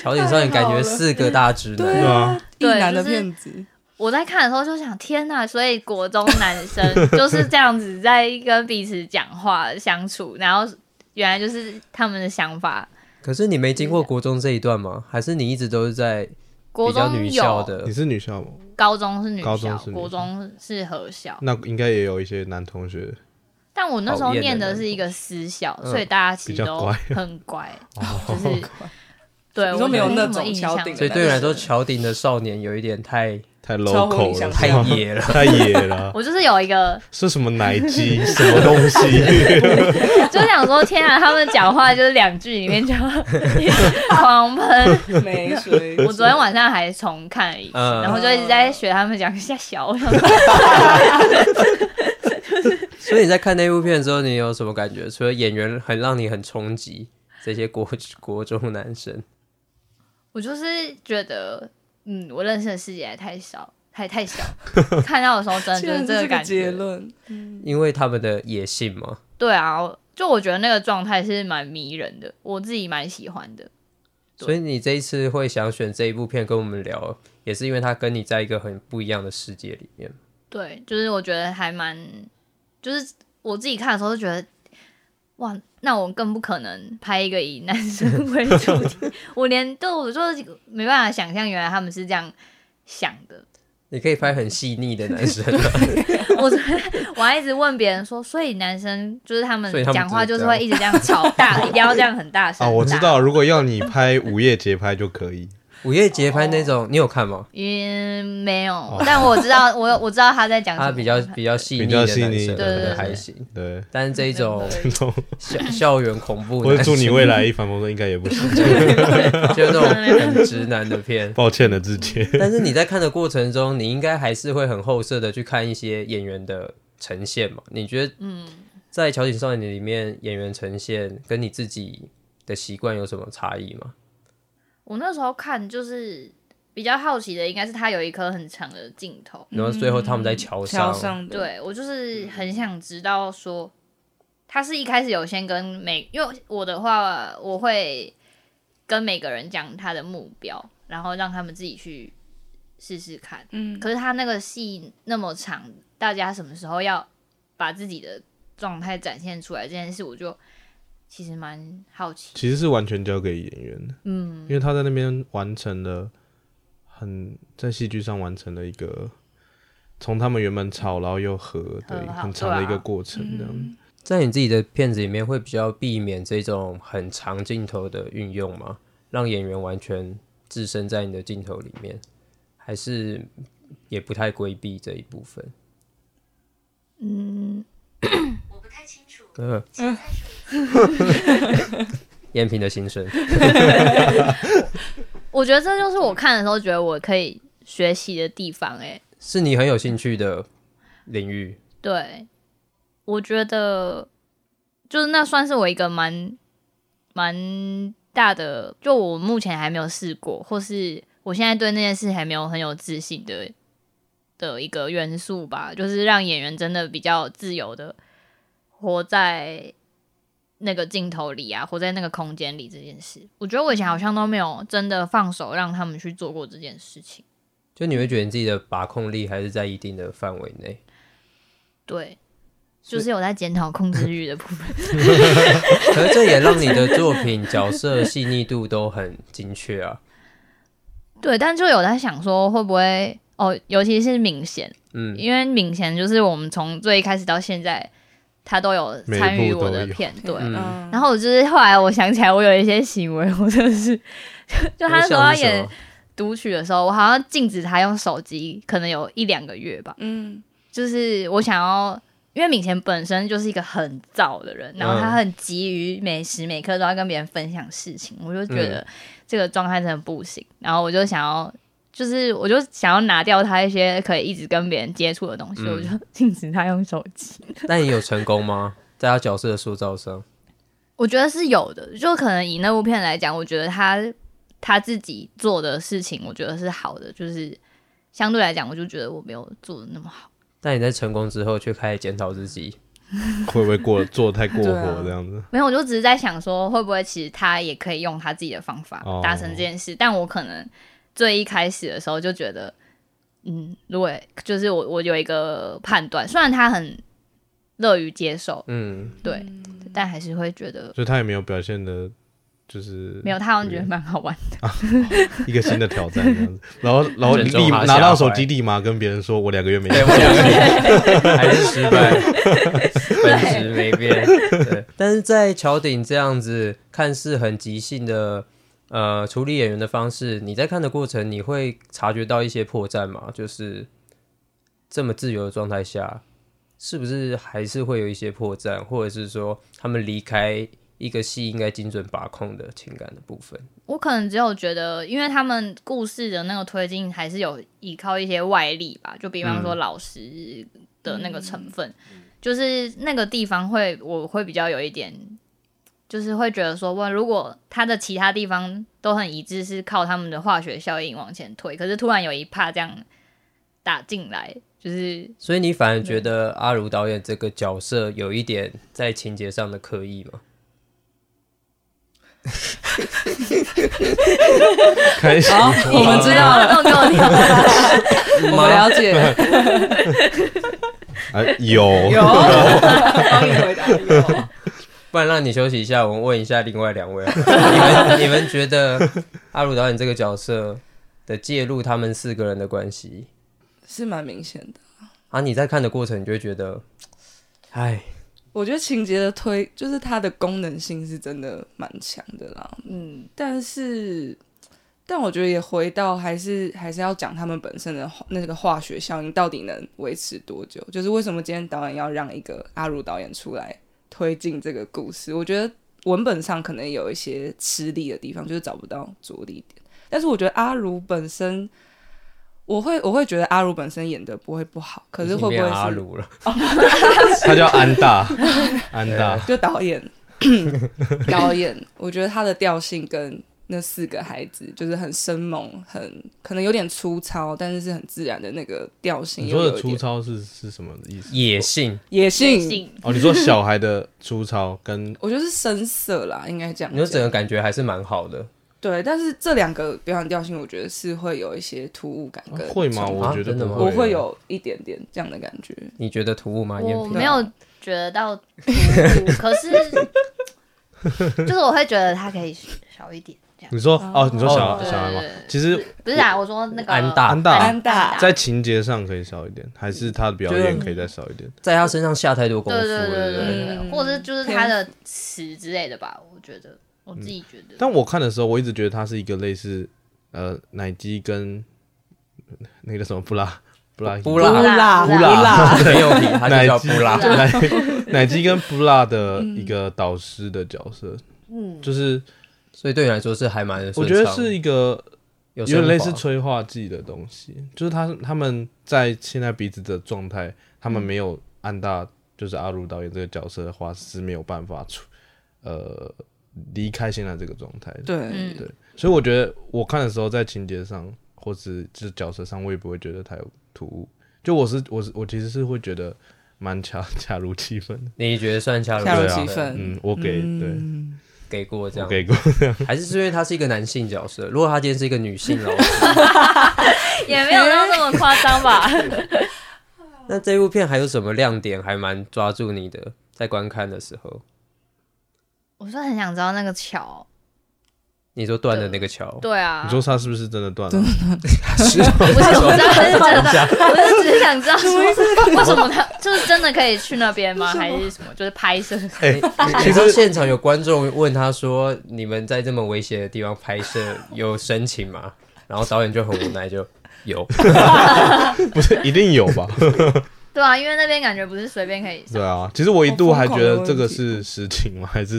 C: 乔顶少年感觉四个大直
B: 对
C: 男，
B: 啊，一
F: 对
B: 男的
F: 就是
B: 骗子，
F: 我在看的时候就想，天呐！所以国中男生 就是这样子在跟彼此讲话相处，然后原来就是他们的想法。
C: 可是你没经过国中这一段吗？还是你一直都是在
F: 国
C: 比较
F: 中
C: 女校
F: 有，
C: 的
D: 你？是女校吗？
F: 高中是女
D: 高
F: 校
D: 中是，女
F: 国中是合校。
D: 那应该也有一些男同学
F: 但我那时候
C: 讨厌的
F: 念的
C: 那
F: 是一个私校，
C: 嗯
F: 所以大家其
D: 比
F: 实
D: 较
F: 都
D: 乖
F: 很乖，
C: 哦
F: 就是对，
B: 你
F: 我
B: 说没有
F: 觉得
B: 那
F: 什么
B: 种
F: 印
B: 敲
F: 象
B: 定的
C: 所以对你来说，乔顶的少年有一点太
D: 太
B: 超乎你
D: local
B: 想
D: 了，
C: 太
B: 象
C: 野了。
D: 太野了，
F: 我就是有一个，
D: 是什么奶 鸡什么东西？
F: 就想说，天啊，他们讲话就是两句里 面就狂喷。
B: 没水准。
F: 我昨天晚上还重看了一次，
C: 嗯
F: 然后就一直在学他们讲一下小，我想说
C: 所以你在看那部片之后，你有什么感觉？除了演员很让你很冲击，这些国国中男生，
F: 我就是觉得，嗯，我认识的世界还太少，太太小，看到的时候真的
B: 居
F: 就
B: 然是
F: 是 这
B: 这
F: 个感
B: 个结
F: 觉。
B: 论，
C: 因为他们的野性嘛，
F: 对啊，我就我觉得那个状态是蛮迷人的，我自己蛮喜欢的。对
C: 所以你这一次会想选这一部片跟我们聊，也是因为它跟你在一个很不一样的世界里面。
F: 对，就是我觉得还蛮，就是我自己看的时候就觉得，哇，那我更不可能拍一个以男生 为主题，我连对我就是没办法想象，原来他们是这样想的。
C: 你可以拍很细腻的男生、
F: 我我还一直问别人说，所以男生就是他们
C: 所以他们
F: 讲话
C: 就
F: 就是
C: 这
F: 是
C: 样
F: 会一直这样吵 大，一定要这样很大声
D: 啊，我知
F: 大
D: 道，如果要你拍午夜节拍就可以，
C: 午夜节拍那种，你有看吗？
F: 嗯，没
D: 哦
F: 有，但我知道，我我知道他在讲什么。
C: 他比较比较细腻的
D: 比较
C: 男
D: 细
C: 生，
D: 腻
C: 可
F: 对对
C: 能
F: 对
C: 还行。
D: 对。
C: 但是这一种
D: 那种
C: 校校园恐怖男
D: 我
C: 性，
D: 是祝你 未来一帆风顺，应该也不行。
C: 就那种 很直男的片。
D: 抱歉了，之前
C: 但是你在看的过程中，你应该还是会很后设的去看一些演员的呈现嘛？你觉得，嗯，在《乔锦少年》里面，演员呈现跟你自己的习惯有什么差异吗？
F: 我那时候看就是比较好奇的，应该是他有一颗很长的镜头。
C: 然后最后他们在桥
B: 嗯桥上的，
F: 对我就是很想知道说，他是一开始有先跟每，因为我的话我会跟每个人讲他的目标，然后让他们自己去试试看。
B: 嗯，
F: 可是他那个戏那么长，大家什么时候要把自己的状态展现出来这件事，我就其实蛮好奇。
D: 其实是完全交给演员的，
F: 嗯
D: 因，为他在那边完成了很在戏剧上完成了一个从他们原本吵然后又和的一
F: 和
D: 个
F: 好
D: 很长的一
F: 对
D: 个
F: 啊
D: 过程，这样
C: 在你自己的片子里面，会比较避免这种很长镜头的运用吗？让演员完全置身在你的镜头里面，还是也不太规避这一部分？ 嗯，我不太清楚。 燕平的心声，
F: 我觉得这就是我看的时候觉得我可以学习的地方、欸。
C: 是你很有兴趣的领域，
F: 对，我觉得就是那算是我一个蛮蛮大的，就我目前还没有试过，或是我现在对那件事还没有很有自信的的一个元素吧，就是让演员真的比较自由的活在那个镜头里啊，活在那个空间里这件事，我觉得我以前好像都没有真的放手让他们去做过这件事情。
C: 就你会觉得你自己的把控力还是在一定的范围内，
F: 对，就是有在检讨控制欲的部分。
C: 可是这也让你的作品角色细腻度都很精确啊。
F: 对，但就有在想说会不会哦，尤其是敏贤，
C: 嗯，
F: 因为敏贤就是我们从最开始到现在，他都有
D: 每一
F: 参与
D: 部
F: 我
D: 都
F: 的
D: 有
F: 片对。
C: 嗯
B: 嗯
F: 然后我就是后来我想起来，我有一些行为，我真的是，就他那时候
C: 像
F: 要
C: 是什
F: 演
C: 么
F: 读取的时候，我好像禁止他用手机，可能有一两个月吧。
B: 嗯，
F: 就是我想要，因为敏贤本身就是一个很燥的人，然后他很急于每时每刻都要跟别人分享事情，我就觉得这个状态真的不行。然后我就想要，就是我就想要拿掉他一些可以一直跟别人接触的东西，
C: 嗯
F: 我就禁止他用手机。
C: 那你有成功吗？在他角色的塑造上，
F: 我觉得是有的，就可能以那部片来讲，我觉得他他自己做的事情，我觉得是好的，就是相对来讲，我就觉得我没有做的那么好。
C: 但你在成功之后却开始检讨自己，
D: 会不会过做得太过
B: 对啊
D: 火这样子？
F: 没有，我就只是在想说，会不会其实他也可以用他自己的方法
D: 哦
F: 达成这件事？但我可能最一开始的时候就觉得，嗯，如果就是我我有一个判断，虽然他很乐于接受，
C: 嗯，
F: 对，但还是会觉得
D: 所以他也没有表现的，就是
F: 没有他，好像觉得蛮好玩的。
D: 一个新的挑战这样子。然后，然后
C: 正中
D: 立
C: 他
D: 拿
C: 下
D: 到手
C: 怀
D: 机，立马跟别人说：“我两个月没
C: 对，我 两个还是失败， 本质没变。对， 但是在桥顶这样子看似很即兴的呃处理演员的方式，你在看的过程，你会察觉到一些破绽吗？就是这么自由的状态下，是不是还是会有一些破绽，或者是说他们离开一个戏应该精准把控的情感的部分？
F: 我可能只有觉得，因为他们故事的那个推进还是有依靠一些外力吧，就比方说老师的那个成分，就是那个地方会我会比较有一点，就是会觉得说，哇，如果他的其他地方都很一致，是靠他们的化学效应往前推，可是突然有一帕这样打进来，就是
C: 所以你反而觉得阿如导演这个角色有一点在情节上的刻意吗？
D: 开始。啊
B: 好，啊我们知道了，
F: 哦那我给我跳
B: 我们了解，
D: 哎，有
B: 有，帮你回答有，
C: 不然让你休息一下，我们问一下另外两位好了，你们你们觉得阿鲁导演这个角色的介入他们四个人的关系
B: 是蛮明显的。
C: 啊？你在看的过程，你就会觉得，哎，
B: 我觉得情节的推，就是它的功能性是真的蛮强的啦。嗯，但是，但我觉得也回到还是还是要讲他们本身的化那个化学效应到底能维持多久？就是为什么今天导演要让一个阿如导演出来推进这个故事？我觉得文本上可能有一些吃力的地方，就是找不到着力点。但是我觉得阿如本身。我会我会觉得阿如本身演的不会不好，可是
C: 已
B: 会不
C: 经
B: 会
C: 变
B: 是
C: 阿鲁了？
D: 他叫安大，安大。
B: 就导演，导演，我觉得他的调性跟那四个孩子就是很生猛，很可能有点粗糙，但是是很自然的那个调性
D: 你
B: 又
D: 说
B: 有
D: 的
B: 一点。
D: 粗糙是是什么意思？
C: 野性，
B: 野性，
F: 性，
D: 哦，你说小孩的粗糙跟
B: 我觉得是深色啦，应该这样
C: 你说整
B: 讲
C: 个感觉还是蛮好的。
B: 对，但是这两个表演调性，我觉得是会有一些突兀感跟、
D: 会吗？
C: 啊
D: 我觉得
C: 真的吗
D: 不
B: 我会
D: 欸。
B: 有一点点这样的感觉。
C: 你觉得突兀吗？
F: 我
C: 燕
F: 没
C: 平，
F: 有觉得到突兀， 可是就是我会觉得他可以少一点这样。
D: 你说哦，你说小
C: 哦
D: 小孩吗
F: 对对对？
D: 其实
F: 不是啊，我说那个
C: 安大
D: 啊安大
B: 安大
D: 在情节上可以少一点，还是他的表演可以再少一点？
C: 在他身上下太多功
F: 对
C: 夫
F: 对
C: 了，
F: 对
C: 对
F: 对
C: 不对？
F: 对对，
B: 嗯
F: 或者是就是他的词之类的吧，我觉得我自己觉得。
D: 但我看的时候，我一直觉得它是一个类似呃奶鸡跟那个叫什么布拉布拉
C: 布拉
B: 啦
F: 布拉
B: 啦啦，
C: 没有皮，他就
D: 奶
C: 叫
D: 鸡
C: 布拉。
D: 奶奶鸡跟布拉的
B: 嗯
D: 一个导师的角色，嗯，就是
C: 所以对你来说是还蛮
D: 我
C: 顺
D: 觉
C: 畅
D: 得是一个
C: 有啊
D: 有点类
C: 升
D: 似
C: 华
D: 催化剂的东西，就是他他们在现在彼此的状态，他们没有安大就是阿如导演这个角色的话是没有办法出呃离开现在这个状态的。
B: 对，
F: 嗯，
D: 对所以我觉得我看的时候，在情节上或是就是角色上，我也不会觉得太突兀。就我是我是我其实是会觉得蛮恰恰如其分的。
C: 你觉得算恰如
B: 恰如
C: 对啊
B: 其分
D: 嗯，我给、
B: 嗯
C: 给过这
D: 对，我
C: 样，
D: 给过。
C: 还是是因为他是一个男性角色？如果他今天是一个女 性老师，
A: 也没有到那么夸张吧？
C: 那这部片还有什么亮点还蛮抓住你的？在观看的时候，
F: 我是很想知道那个桥，
C: 你说断的那个桥，
F: 对啊，
D: 你说他是不是真的 断了？
C: 是吗
F: 不是，我知道，真的真的，我是只是想知道说， 为什么他就是真的可以去那边吗？还是什么？就是拍摄？
D: 哎、
C: 其实现场有观众问他说：“你们在这么危险的地方拍摄，有申请吗？”然后导演就很无奈，就有。
D: 不是一定有吧？
F: 对啊，因为那边感觉不是随便可以上。
D: 对啊，其实我一度还觉得这个
B: 好疯狂的
D: 是实景吗？还是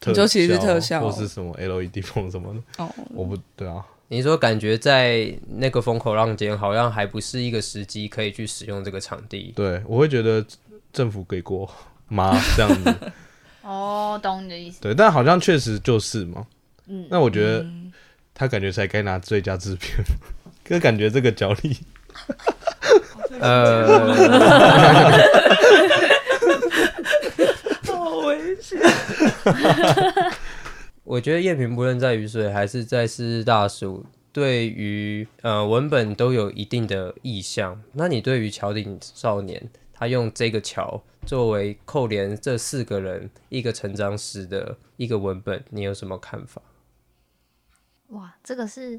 D: 特
B: 你说其实是特效
D: 或是什么 LED 风什么的？
B: 哦，
D: 我不对啊，
C: 你说感觉在那个风口浪尖，好像还不是一个时机可以去使用这个场地。
D: 对啊我会觉得政府给过吗？ 这样子
F: 哦，懂你的意思。
D: 对，但好像确实就是嘛。
F: 嗯
D: 那我觉得他感觉才该拿最佳制片， 可感觉这个角 力
C: 呃，
B: 好危险，
C: 我觉得艳萍不论在雨水还是在四日大叔，对于呃文本都有一定的意向。那你对于桥顶少年，他用这个桥作为扣连这四个人一个成长史的一个文本，你有什么看法？
F: 哇，这个是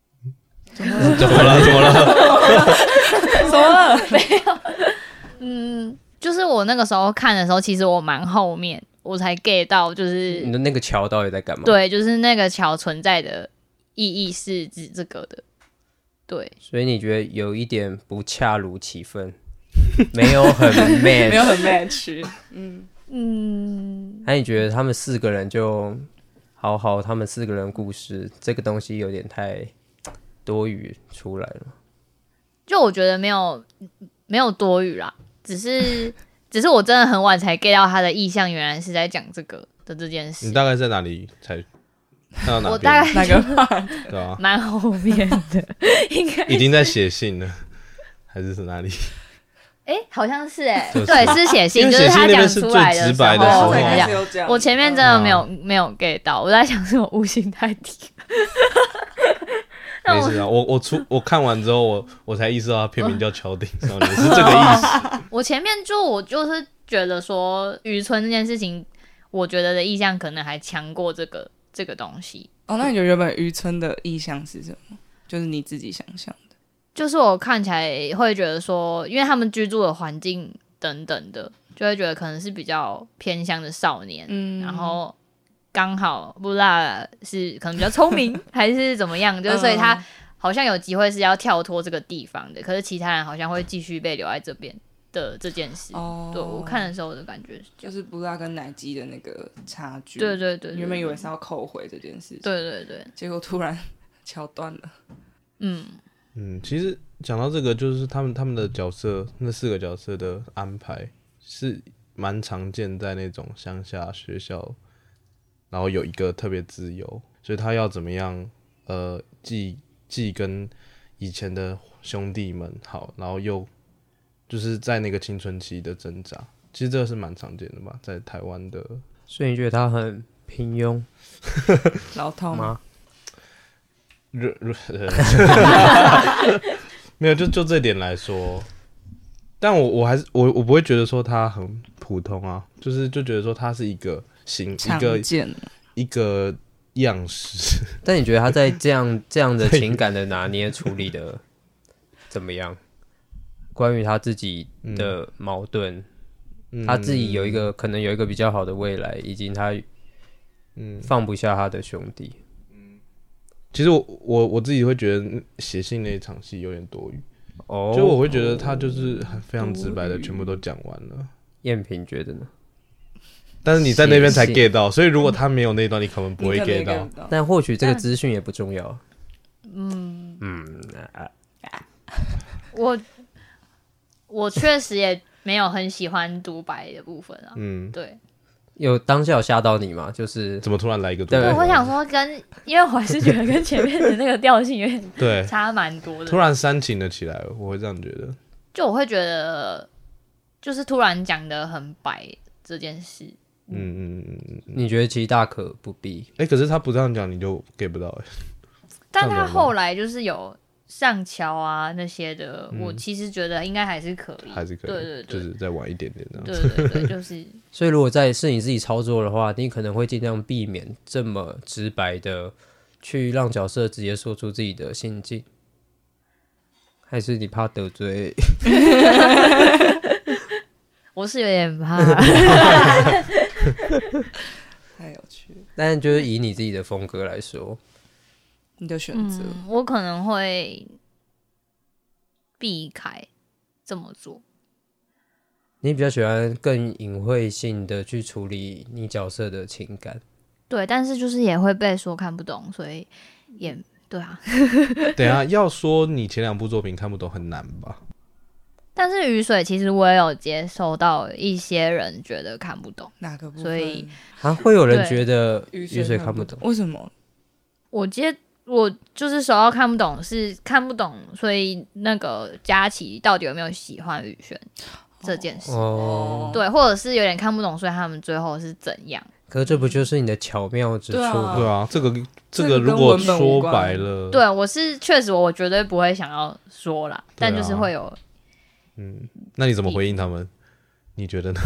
D: 怎么了？怎么了？
B: 怎么 了？
F: 嗯，就是我那个时候看的时候，其实我蛮后面我才 get 到，就是
D: 嗯
C: 你的那个桥到底在干嘛？，
F: 嗯对，就是那个桥存在的意义是指这个的。对，
C: 所以你觉得有一点不恰如其分， 没有很 man，
B: 没有很 match，嗯，
F: 嗯，
C: 那你觉得他们四个人就好好，他们四个人故事这个东西有点太多余出来了。
F: 就我觉得没有没有多余啦，只是只是我真的很晚才 get 到他的意向，原来是在讲这个的这件
D: 你
F: 事。
D: 大概在哪里才看到哪边？
F: 我大概
B: 哪个 part？
D: 对 啊，
F: 蛮后面的，应该
D: 已经在写信了，还是是哪里？
F: 哎、好像是哎、
D: 就是
F: 对，是写
D: 因
F: 信，
D: 为
F: 就是
D: 写信
F: 他
D: 那边
F: 讲
D: 是
F: 出
D: 最
F: 来的
D: 直白的
B: 哦
F: 时
D: 时候啊
F: 候才讲。
B: 有讲
F: 我前面真的没有没有 get 到，我在想是我悟性太低。那
D: 没
F: 我
D: 事啊，我我出我看完之后，我我才意识到它片名叫《桥 顶少年》是这个意思。
F: 我前面就我就是觉得说渔村这件事情，我觉得的意向可能还强过这个这个东西。
B: 哦，那你觉得原本渔村的意象是什么？就是你自己想象的。
F: 就是我看起来会觉得说，因为他们居住的环境等等的，就会觉得可能是比较偏乡的少年，
B: 嗯
F: 然后刚好布拉是可能比较 聪明还是怎么样，就是所以
B: 嗯
F: 他好像有机会是要跳脱这个地方的，可是其他人好像会继续被留在这边的这件事。
B: 哦，
F: 对我看的时候，我的感觉是这
B: 就
F: 样，
B: 是布拉跟奶鸡的那个差距。
F: 对对对，对
B: 原本以为是要扣回这件事情，
F: 对对对，
B: 结果突然 桥断了。
F: 嗯，
D: 嗯，其实讲到这个，就是他们他们的角色那四个角色的安排是蛮常见在那种乡下学校，然后有一个特别自由，所以他要怎么样呃，既既跟以前的兄弟们好，然后又就是在那个青春期的挣扎，其实这个是蛮常见的吧，在台湾的
C: 所以你觉得他很平庸
B: 老套吗？
C: 吗？
D: 热热， 没有，就就这点来说，但我我还是我我不会觉得说它很普通啊，就是就觉得说它是一个形一
B: 常
D: 个
B: 见，
D: 一个样式，
C: 但你觉得他在这样 这样的情感的拿捏处理的怎么样？关于他自己的矛盾，
D: 嗯
C: 他自己有一个可能有一个比较好的未来，以及他
D: 嗯，
C: 放不下他的兄弟。
D: 其实我我我自己会觉得写信那一场戏有点多余，
C: 哦，
D: 就我会觉得他就是很非常直白
B: 多
D: 的
B: 余
D: 全部都讲完了。
C: 燕平觉得呢？
D: 但是你在那边才
C: 写
D: get 到，所以如果他没有那一段，你可能不
B: 你
D: 会
B: 可能也
D: get 到。
B: 到。
C: 但或许这个资讯也不重要。嗯嗯，
F: 我我确实也没有很喜欢独白的部分啊。
D: 嗯，
F: 对，
C: 有当下有吓到你吗？就是
D: 怎么突然来一个独
C: 对
D: 白？
F: 我想说跟，因为我还是觉得跟前面的那个调性有点
D: 对，
F: 差蛮多的
D: 突。然煽情了起来，我会这样觉得。
F: 就我会觉得，就是突然讲的很白这件事，
D: 嗯嗯嗯嗯嗯。
C: 你觉得其实大可不必，
D: 哎、可是他不这样讲，你就 get 不到、欸。
F: 但
D: 这样
F: 他
D: 懂吗
F: 后来就是有上桥啊那些的，
D: 嗯
F: 我其实觉得应该还是可以，
D: 还是可以，
F: 嗯对对对
D: 就是再晚一点点这样。
F: 对对对，就是
C: 所以如果在是你自己操作的话，你可能会尽量避免这么直白的去让角色直接说出自己的心境，还是你怕得罪？
F: 我是有 点怕，
B: 太有趣了，
C: 但就是以你自己的风格来说，
B: 你的选择、
F: 嗯，我可能会避开这么做。
C: 你比较喜欢更隐晦性的去处理你角色的情感。
F: 对，但是就是也会被说看不懂，所以也对啊。
D: 等一下要说你前两部作品看不懂很难吧？
F: 但是雨水其实我也有接收到一些人觉得看不懂，
B: 哪个部分？
F: 所以
C: 啊，会有人
F: 对
C: 觉得
B: 雨
C: 雨水看不懂，
B: 为什么？
F: 我接我就是手到看不懂，是看不懂，所以那个佳琪到底有没有喜欢雨轩这件事？
C: 哦。
F: 对，或者是有点看不懂，所以他们最后是怎样？
C: 可是这不就是你的巧妙之处
B: 对啊
C: 吗？
D: 对啊，这个
B: 这
D: 这
B: 个
D: 个如
B: 跟
D: 果
B: 文本无
D: 说
B: 关
D: 白了，，
F: 对我是确实，我绝对不会想要说啦，
D: 啊
F: 但就是会有，
D: 嗯，那你怎么回应他们？你觉得呢？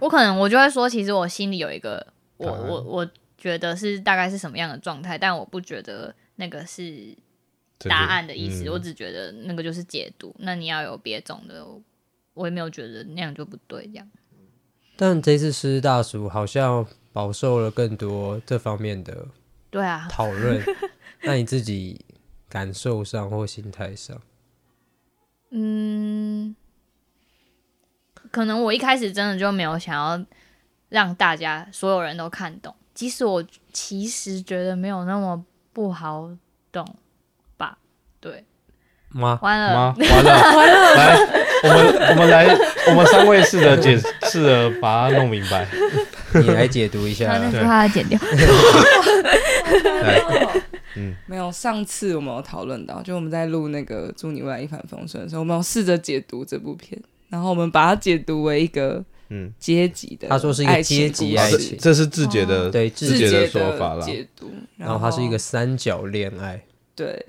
F: 我可能我就会说，其实我心里有一个，我
D: 答案
F: 我我觉得是大概是什么样的状态，但我不觉得那个是答案的意思，
D: 嗯
F: 我只觉得那个就是解读。那你要有别种的，我我也没有觉得那样就不对，这样。
C: 但这次师大叔好像饱受了更多这方面的
F: 对啊，
C: 讨论，那你自己感受上或心态上，
F: 嗯，可能我一开始真的就没有想要让大家所有人都看懂，即使我其实觉得没有那么不好懂吧。对，
C: 妈，
F: 完了，
D: 吗？完了完了，来，我们我们来，我们三位试着解试着把它弄明白。
C: 你来解读一
F: 他
D: 啊
F: 那
C: 下。
F: 句话要剪掉。
B: 没有，上次我们有讨论到，就我们在录那个《祝你未来一帆风顺》的时候，我们有试着解读这部片，然后我们把它解读为一个
D: 嗯，
B: 阶级的，
C: 他说是 一个阶级
D: 好
C: 爱
D: 这
C: 情，
D: 这是志杰的，
C: 对，
D: 自
B: 自
C: 自
D: 己
C: 己
D: 己
B: 己
D: 的
B: 的
D: 说法啦
B: 解读，
C: 然后他是一个三角恋爱，
B: 对，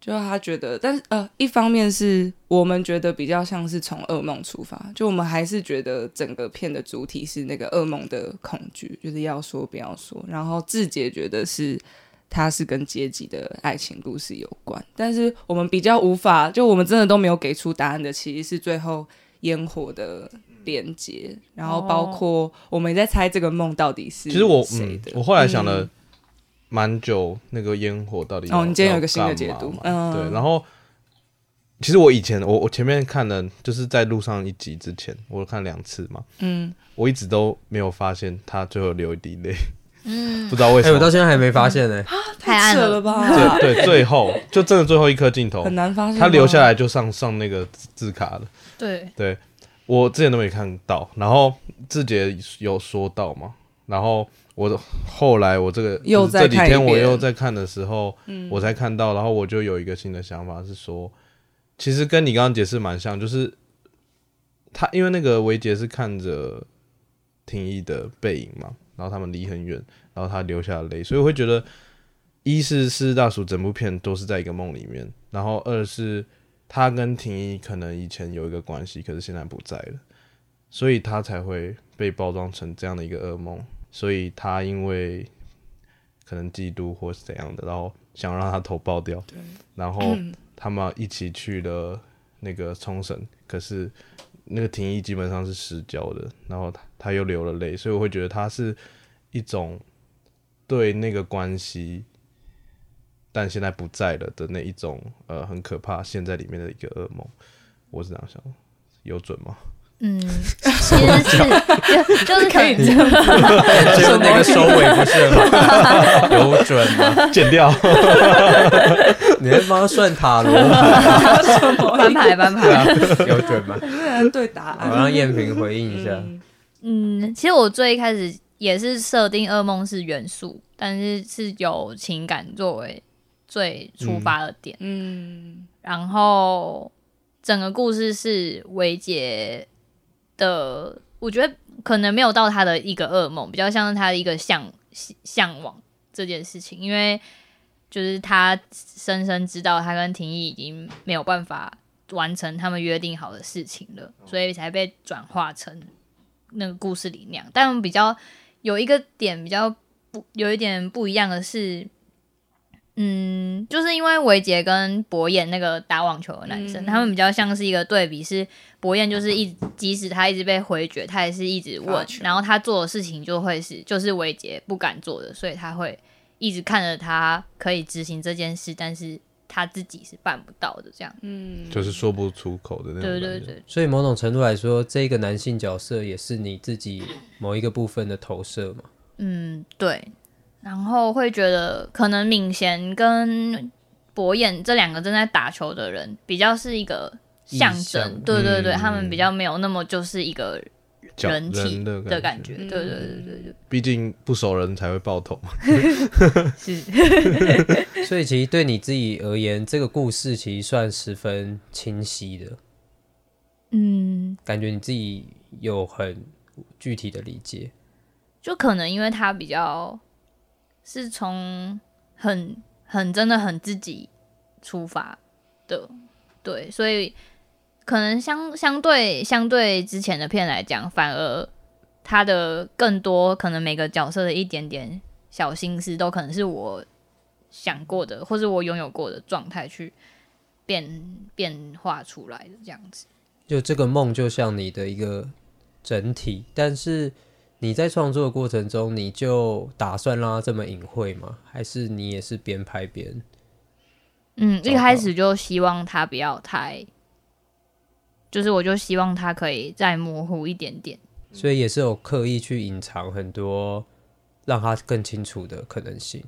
B: 就他觉得，但是呃，一方面是我们觉得比较像是从噩梦出发，就我们还是觉得整个片的主体是那个噩梦的恐惧，就是要说不要说。然后志杰觉得是他是跟阶级的爱情故事有关，但是我们比较无法，就我们真的都没有给出答案的，其实是最后烟火的。连接，然后包括我们也在猜这个梦到底是
D: 其实我
B: 谁
D: 嗯
B: 的，
D: 我后来想了
B: 嗯
D: 蛮久，那个烟火到底
B: 哦你今天有一个新的
D: 要
B: 解
D: 干嘛
B: 读
D: 嘛
B: 嗯
D: 对。然后其实我以前我我前面看了，就是在路上一集之前，我看两次嘛，
B: 嗯，
D: 我一直都没有发现他最后流一滴泪，
F: 嗯
D: 不，知道为
C: 哎，
D: 什
C: 我到
D: 么。
C: 现在还没发现呢。
F: 太暗
B: 扯
F: 了
B: 了吧？
D: 对对，最后就真的最后一颗镜头
B: 很，难发现
D: 他
B: 吗
D: 留下来就上上那个字字卡了。
F: 对，
D: 对我之前都没看到，然后志杰有说到嘛，然后我后来我这个
B: 又
D: 就是
B: 再
D: 这几
B: 看一
D: 天我
B: 遍嗯
D: 又在看的时候，我才看到，然后我就有一个新的想法是说，其实跟你刚刚解释蛮像，就是他因为那个维杰是看着廷义的背影嘛，然后他们离很远，然后他流下了泪，所以我会觉得，一是是大叔整部片都是在一个梦里面，然后二是他跟廷义可能以前有一个关系，可是现在不在了，所以他才会被包装成这样的一个噩梦，所以他因为可能嫉妒或是怎样的，然后想让他头爆掉，然后他们一起去了那个冲绳，可是那个廷义基本上是失焦的，然后他他又流了泪，所以我会觉得他是一种对那个关系，但现在不在了的那一种呃很可怕，陷在里面的一个噩梦，我是这样想的，有准吗？
F: 嗯，
A: 其 实 是就就是可以
C: 这个那个收尾不是很有准吗？
D: 剪掉。
C: 你在帮他算塔罗吗？
F: 翻牌翻牌。
C: 有准吗？
B: 然对答
C: 我
B: 案。
C: 让燕平回应一下。
B: 嗯
F: 嗯，其实我最一开始也是设定噩梦是元素，但是是有情感作为最出发的点。
B: 嗯，
F: 然后整个故事是维杰的，我觉得可能没有到他的一个噩梦，比较像是他的一个向向往这件事情，因为就是他深深知道他跟廷义已经没有办法完成他们约定好的事情了，所以才被转化成那个故事里那样。但比较有一个点比较不有一点不一样的是，嗯，就是因为维杰跟博彦那个打网球的男生，
B: 嗯
F: 他们比较像是一个对比，是博彦就是一直即使他一直被回绝，他也是一直
B: 发
F: 问，
B: 球
F: 然后他做的事情就会是就是维杰不敢做的，所以他会一直看着他可以执行这件事，但是他自己是办不到的这样。
D: 嗯就是说不出口的那种。
F: 对对，对，
C: 所以某种程度来说，这个男性角色也是你自己某一个部分的投射嘛。
F: 嗯，对。然后会觉得，可能敏贤跟博彦这两个正在打球的人，比较是一个象
C: 意
F: 征
C: 象，
F: 对对对，
D: 嗯
F: 他们比较没有那么就是一个
D: 讲
F: 人体
D: 人的
F: 的
D: 感
F: 感
D: 觉
F: 觉，对对对对对，
D: 毕竟不熟人才会爆头。
F: 是，
C: 所以其实对你自己而言，这个故事其实算十分清晰的，
F: 嗯，
C: 感觉你自己有很具体的理解。
F: 就可能因为他比较是从很很真的很自己出发的，对，所以可能相相对相对之前的片来讲，反而他的更多可能每个角色的一点点小心思，都可能是我想过的，或是我拥有过的状态去变变化出来的这样子。
C: 就这个梦就像你的一个整体，但是你在创作的过程中，你就打算让它这么隐晦吗？还是你也是边拍边？
F: 嗯，
C: 糟
F: 一开
C: 糕
F: 始就希望他不要太，就是我就希望他可以再模糊一点点。
C: 所以也是有刻意去隐藏很多让它更清楚的可能性。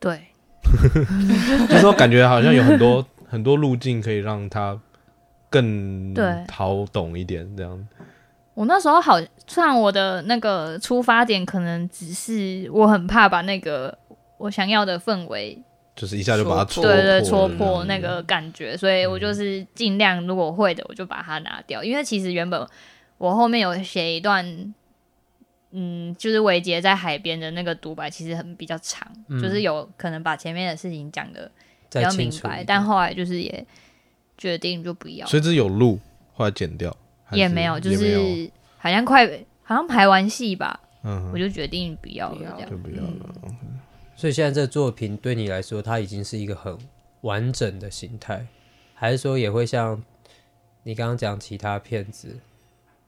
F: 对，
D: 就是我感觉好像有很多很多路径可以让他更
F: 对
D: 好懂一点，这样
F: 我那时候好，虽然我的那个出发点可能只是我很怕把那个我想要的氛围，
D: 就是一下就把它
B: 戳
D: 戳
B: 破嗯
F: 对对，戳
D: 了
F: 破那个感觉，所以我就是尽量如果会的，我就把它拿掉。因为其实原本我后面有写一段。嗯，就是维杰在海边的那个独白，其实很比较长，
B: 嗯
F: 就是有可能把前面的事情讲的比
C: 再
F: 较
C: 清
F: 明
C: 楚一
F: 白，
C: 点，
F: 但后来就是也决定就不要，
D: 所以这有路，后来剪掉还
F: 也没有，就
D: 也没有
F: 是好像快好像排完戏吧，
D: 嗯
F: 我就决定不要了
B: 不要
F: 这样
D: 就。不要了。
C: 所以现在这个作品对你来说，它已经是一个很完整的形态，还是说也会像你刚刚讲其他片子，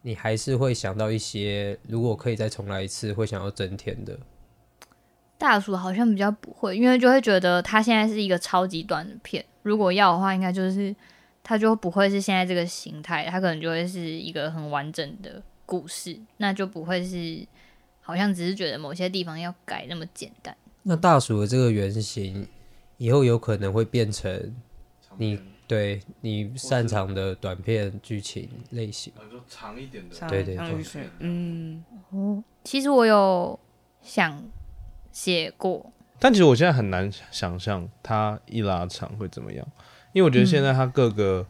C: 你还是会想到一些如果可以再重来一次，会想要增添的？
F: 大叔好像比较不会，因为就会觉得他现在是一个超级短的片，如果要的话，应该就是他就不会是现在这个形态，他可能就会是一个很完整的故事，那就不会是好像只是觉得某些地方要改那么简单。
C: 那大鼠的这个原型，以后有可能会变成你对你擅长的短片剧情类型。
D: 长一点的
B: 像
C: 对对
B: 像
C: 对
B: 雨水嗯，
F: 其实我有想写过，
D: 但其实我现在很难想象它一拉长会怎么样，因为我觉得现在它各个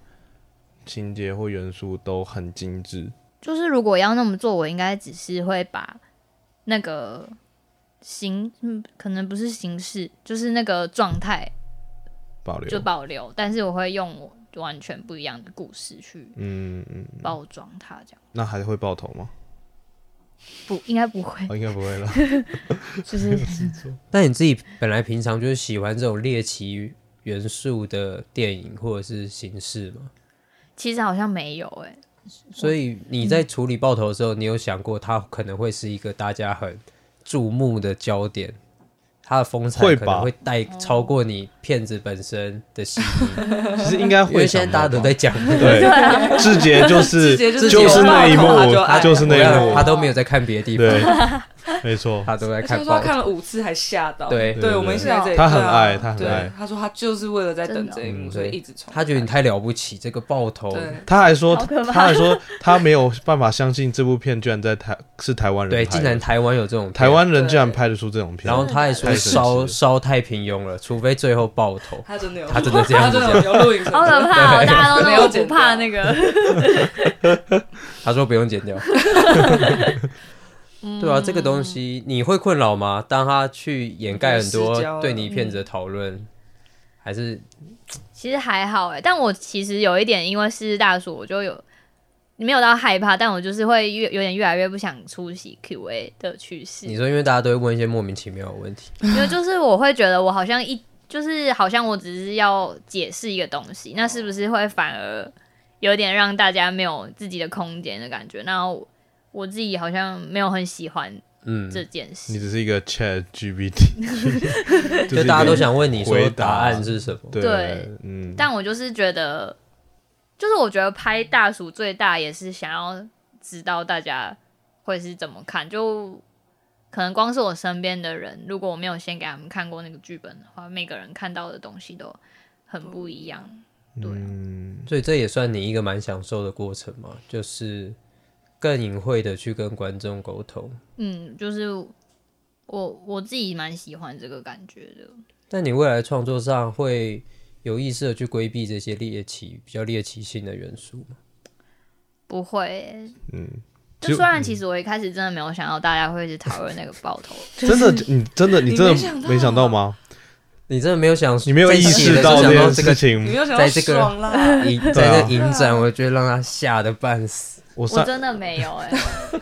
D: 情节或元素都很精致，
F: 就是如果要那么做，我应该只是会把那个形，嗯，可能不是形式，就是那个状态
D: 保留
B: 哦
F: 就保留，但是我会用我完全不一样的故事去
D: 嗯嗯，嗯
F: 包装它，这样
D: 那还会爆头 吗？
F: 不应该不会，
D: 哦应该不会了。
F: 就是
C: 那你自己本来平常就是喜欢这种猎奇元素的电影或者是形式吗？
F: 其实好像没有 哎、
C: 所以你在处理爆头的时候，你有想过它可能会是一个大家很注目的焦点，它的风采
D: 会
C: 可能
D: 吧
C: 会带超过你片子本身的吸引力，
D: 其实应该
C: 因为
D: 会
C: 现
D: 想
C: 在大家都
D: 到吧
C: 在讲这个，
D: 对， 志杰就
B: 志
D: 是
B: 杰就是
D: 是那一
B: 有爆头他啊就
D: 幕，
B: 爱
D: 就是那
C: 我
D: 一
C: 要
D: 幕
C: 他，都没有在看别的地
D: 对
C: 方，，
D: 没错，
C: 他都在
B: 他
C: 看
B: 说
C: 报
B: 他看了五次还吓到，
C: 对
D: 对
B: 对，
D: 对
B: 我们一起来这里，
D: 他很
B: 对啊
D: 爱他很
B: 对
D: 爱
B: 他说他就是为了在等
F: 真的
B: 这一幕，
C: 嗯
B: 所以
C: 对
B: 一直重看，
C: 他哦觉得你太了不起，这个爆头，
B: 对，
D: 他还说，
F: 好可怕
D: 他还说他没有办法相信这部片居然在台是台湾人
C: 对，
D: 拍的
C: 竟然台湾有这种片
D: 台，湾人竟然拍得出这种片，
C: 然后他还说
D: 太神奇
C: 烧
D: 了
C: 烧太平庸了，除非最后爆头，
B: 他真的有，
C: 他真的这样
B: 他
C: 子
B: 真的有录影存
F: 好
B: 档，
F: 可怕哦！大家都
B: 没
F: 那
B: 有
F: 么
B: 剪
F: 不
B: 掉
F: 怕那个，
C: 他说不用剪掉。对啊，这个东西你会困扰吗？当他去掩盖很
B: 失焦了
C: 多对你片子的讨论，还是
F: 其实还好哎、但我其实有一点，因为四日大暑，我就有没有到害怕，但我就是会越有点越来越不想出席 Q&A 的趋势，
C: 你说，因为大家都会问一些莫名其妙的问题，
F: 因为就是我会觉得我好像一就是好像我只是要解释一个东西，那是不是会反而有点让大家没有自己的空间的感觉？那我我自己好像没有很喜欢
C: 嗯，
F: 这件事。
D: 你只是一个 Chat GPT，
C: 就大家都想问你
D: 回
C: 说
D: 答
C: 答案是什么？
D: 对
F: 对，
D: 嗯，
F: 但我就是觉得，就是我觉得拍大暑最大也是想要知道大家会是怎么看，就可能光是我身边的人，如果我没有先给他们看过那个剧本的话，每个人看到的东西都很不一样。对啊
D: 嗯，
C: 所以这也算你一个蛮享受的过程嘛，就是更隐晦的去跟观众沟通。
F: 嗯，就是我我自己蛮喜欢这个感觉的。
C: 但你未来创作上会有意识的去规避这些猎奇、比较猎奇性的元素吗？
F: 不会欸、
D: 嗯
F: 就虽然其实我一开始真的没有想到大家会去讨论那个爆头，
D: 真的，你真的，你
B: 你
D: 真
B: 没想
D: 的
B: 到
D: 没想到吗？
C: 你真的没有想，
D: 你没有意识到
C: 这
D: 这
C: 这
D: 件事
C: 个
B: 你没
D: 情。
B: 有想到
C: 在这个
B: 爽啦，
C: 影
D: 对
C: 在
D: 啊
C: 这影展，我觉得让他吓得半死。
D: 我
F: 我
D: 上
F: 真的没有哎、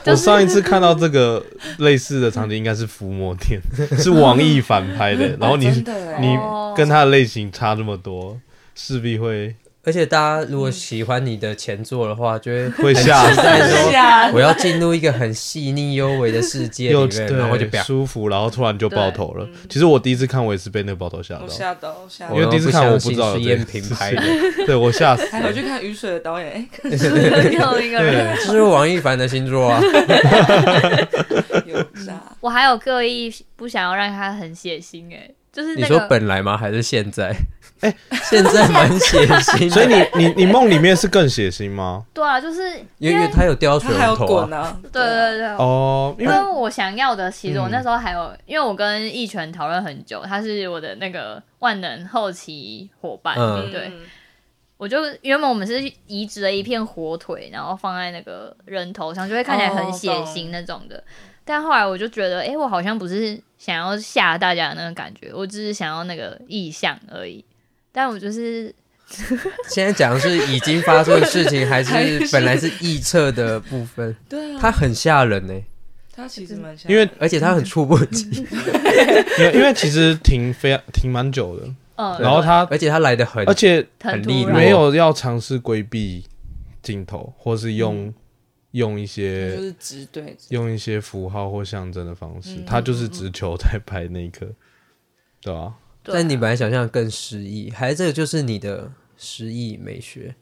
D: 我上一次看到这个类似的场景，应该是《伏魔店》，是王毅反拍的， 然后你
B: 真的欸
D: 你
F: 哦
D: 跟他的类型差这么多，势必会
C: 而且大家如果喜欢你的前作的话，就会
D: 会吓死。
C: 在说
B: 吓
C: 我要进入一个很细腻幽微的世界里
D: 又
C: 面，然后就表
D: 舒服，然后突然就爆头了。其实我第一次看，我也是被那个爆头吓
B: 我
D: 到，
B: 吓到吓到
D: 因为第一次看我不知道
C: 是
D: 有这
C: 燕
D: 个
C: 平
D: 事
C: 拍的，
D: 对我吓死
B: 还回
D: 了。
B: 去看雨水的导演，哎，
F: 又一个人。
D: 对，
C: 这是王一凡的新 作啊。
B: 有 啥？
F: 我还有刻意不想要让他很血腥哎、就是
C: 你
F: 那
C: 说
F: 个
C: 本来吗？还是现在？哎，现在蛮血腥的，
D: 所以你你你梦里面是更血腥吗？
F: 对啊，就是
C: 因
F: 因
C: 为
F: 为
C: 他有掉
B: 他
C: 水
B: 还有
C: 龙头啊
B: 滚，啊，
F: 对对对，
D: 哦，因
F: 因
D: 为
F: 为
B: 嗯
F: 我想要的，其实我那时候还有，因为我跟义全讨论很久，他是我的那个万能后期伙伴，
C: 嗯
F: 对，
B: 嗯，
F: 我就原本我们是移植了一片火腿，然后放在那个人头上，就会看起来
B: 哦
F: 很血腥那种的。但后来我就觉得，哎、我好像不是想要吓大家的那个感觉，我只是想要那个意象而已。但我就是
C: 现在讲的是已经发生的事 情，还是本来是臆测的部分？
B: 对啊，
C: 它很吓人呢、
B: 他其实蛮吓
D: 因为
C: 而且它很猝不
D: 嗯
C: 及，
D: 因为因为其实停非停蛮久的，
F: 嗯，
D: 然后他
C: 而且它来的很
D: 而且
F: 很
C: 很
F: 突
C: 利
F: 然
C: 落，
D: 没有要尝试规避镜头，或是用用一
B: 嗯就
D: 些
B: 是直对直，
D: 用一些符号或象征的方式
B: 嗯，
D: 他就是直球在拍那一刻，对吧？
F: 对啊
C: 但你本来想象更诗意，还是这个就是你的诗意美学。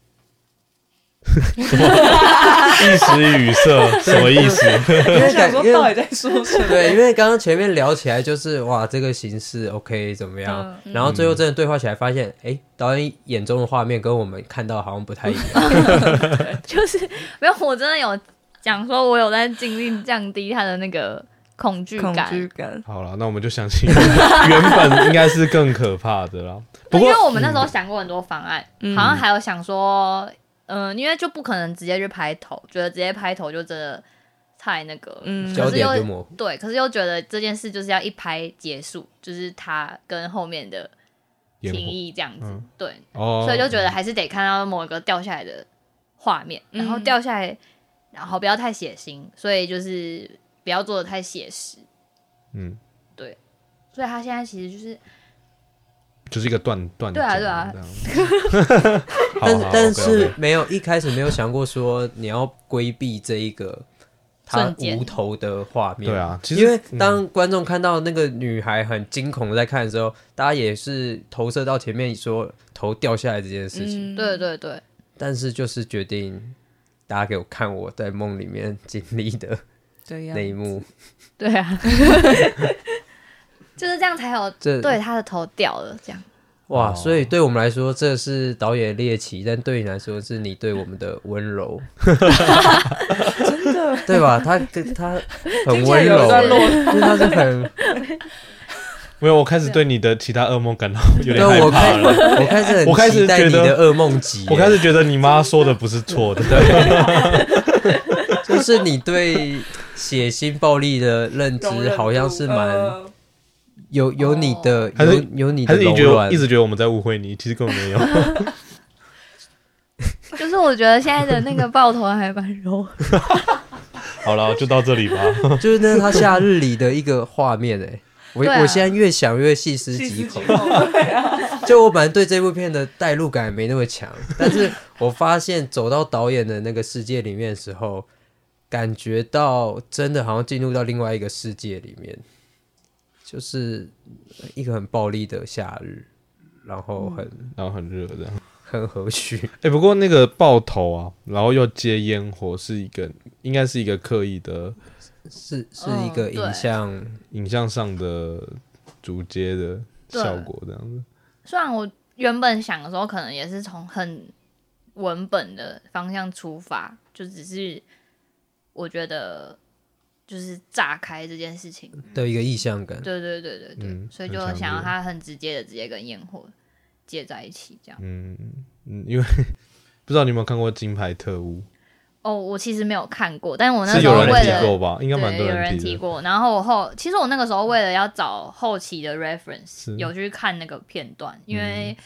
D: 一时语塞，什么意思？
C: 因为
B: 想
C: 感
B: 说
C: 因
B: 到
C: 为
B: 底在说什么？
C: 对，因为刚刚前面聊起来就是哇，这个形式 OK 怎么样？然后最
D: 嗯
C: 后真的对话起来，发现哎、诶导演眼中的画面跟我们看到好像不太一样。
F: 就是没有，我真的有讲说，我有在尽力降低他的那个恐惧
B: 恐
F: 感，
B: 惧感，
D: 好了，那我们就相信原 本应该是更可怕的啦。不
F: 对因
D: 过嗯
F: 为我们那时候想过很多方案，
B: 嗯
F: 好像还有想说，嗯、因为就不可能直接去拍头，觉得直接拍头就真的太那个，
B: 嗯，
C: 焦
F: 可是又
C: 点就模糊
F: 对，可是又觉得这件事就是要一拍结束，就是他跟后面的
D: 烟
F: 情
D: 火
F: 谊这样子，
D: 嗯
F: 对，
D: 哦，
F: 所以就觉得还是得看到某一个掉下来的画面，然后
B: 嗯
F: 掉下来，然后不要太血腥，所以就是不要做的太写实，
D: 嗯，
F: 所以他现在其实就是
D: 就是一个断断
F: 对啊对啊
D: 讲这样好
C: 但
D: 好啊
C: 但
D: OK，OK
C: 是没有一开始没有想过说你要规避这一个她
F: 瞬间
C: 无头的画面。
D: 对啊，其实
C: 因为当观众看到那个女孩很惊恐的在看的时候，大家也是投射到前面说头掉下来这件事
B: 嗯
C: 情，
F: 对对对，
C: 但是就是决定大家给我看我在梦里面经历的
B: 这样
C: 那一幕，
F: 对 啊，就是这样才有
C: 这
F: 对他的头掉了，这样
C: 哇，
D: 哦
C: 所以对我们来说这是导演猎奇，但对你来说是你对我们的温柔，
B: 真的
C: 对吧？他他很
B: 听起来
C: 温
B: 有
C: 柔
B: 一段落，
C: 因为他是很
D: 没有，我开始对你的其他噩梦感到有
C: 对啊我
D: 点害怕
C: 开
D: 了。
C: 我开始很
D: 我开始
C: 期待
D: 觉
C: 你
D: 得
C: 的噩梦集，
D: 我开始觉得你妈说的不是错的，
C: 啊就是你对血腥暴力的认知
B: 容忍度
C: 好像是蛮
B: 呃哦
C: 有有你的
D: 还
C: 有
D: 是
C: 有你
D: 还
C: 的
D: 是你
C: 柔
D: 觉得我
C: 软
D: 一，直觉得我们在误会你，其实根本没有。
F: 就是我觉得现在的那个爆头还蛮柔，
D: 好了，就到这里吧。
C: 就是那是他夏日里的一个画面哎。我、
F: 对啊
C: 我现在越想越细思
B: 细
C: 极
B: 思
C: 恐
B: 极，恐，对啊
C: 就我本来对这部片的代入感也没那么强，但是我发现走到导演的那个世界里面的时候，感觉到真的好像进入到另外一个世界里面，就是一个很暴力的夏日，然后很、
B: 嗯
D: 然后很热这样。
C: 很和煦，
D: 哎、不过那个爆头啊，然后又接烟火，是一个应该是一个刻意的
C: 是是一个
F: 嗯对
C: 影像。
D: 影像上的主接的效果这样子。
F: 虽然我原本想的时候，可能也是从很文本的方向出发，就只是我觉得就是炸开这件事情，
C: 的一个意象感。
F: 对对对对对，
D: 嗯
F: 所以就
D: 很强烈
F: 想要它很直接的直接跟烟火接在一起这样。
D: 嗯嗯，因为 不知道你有没有看过《金牌特务
F: 哦，我其实没有看过，但我》，那
D: 是
F: 时
D: 有
F: 候
D: 人
F: 为
D: 提
F: 了
D: 过吧？应该蛮
F: 对，
D: 多
F: 有人
D: 提
F: 提
D: 的。
F: 过。然后我后，其实我那个时候为了要找后期的 reference，
D: 是
F: 有去看那个片段，因为、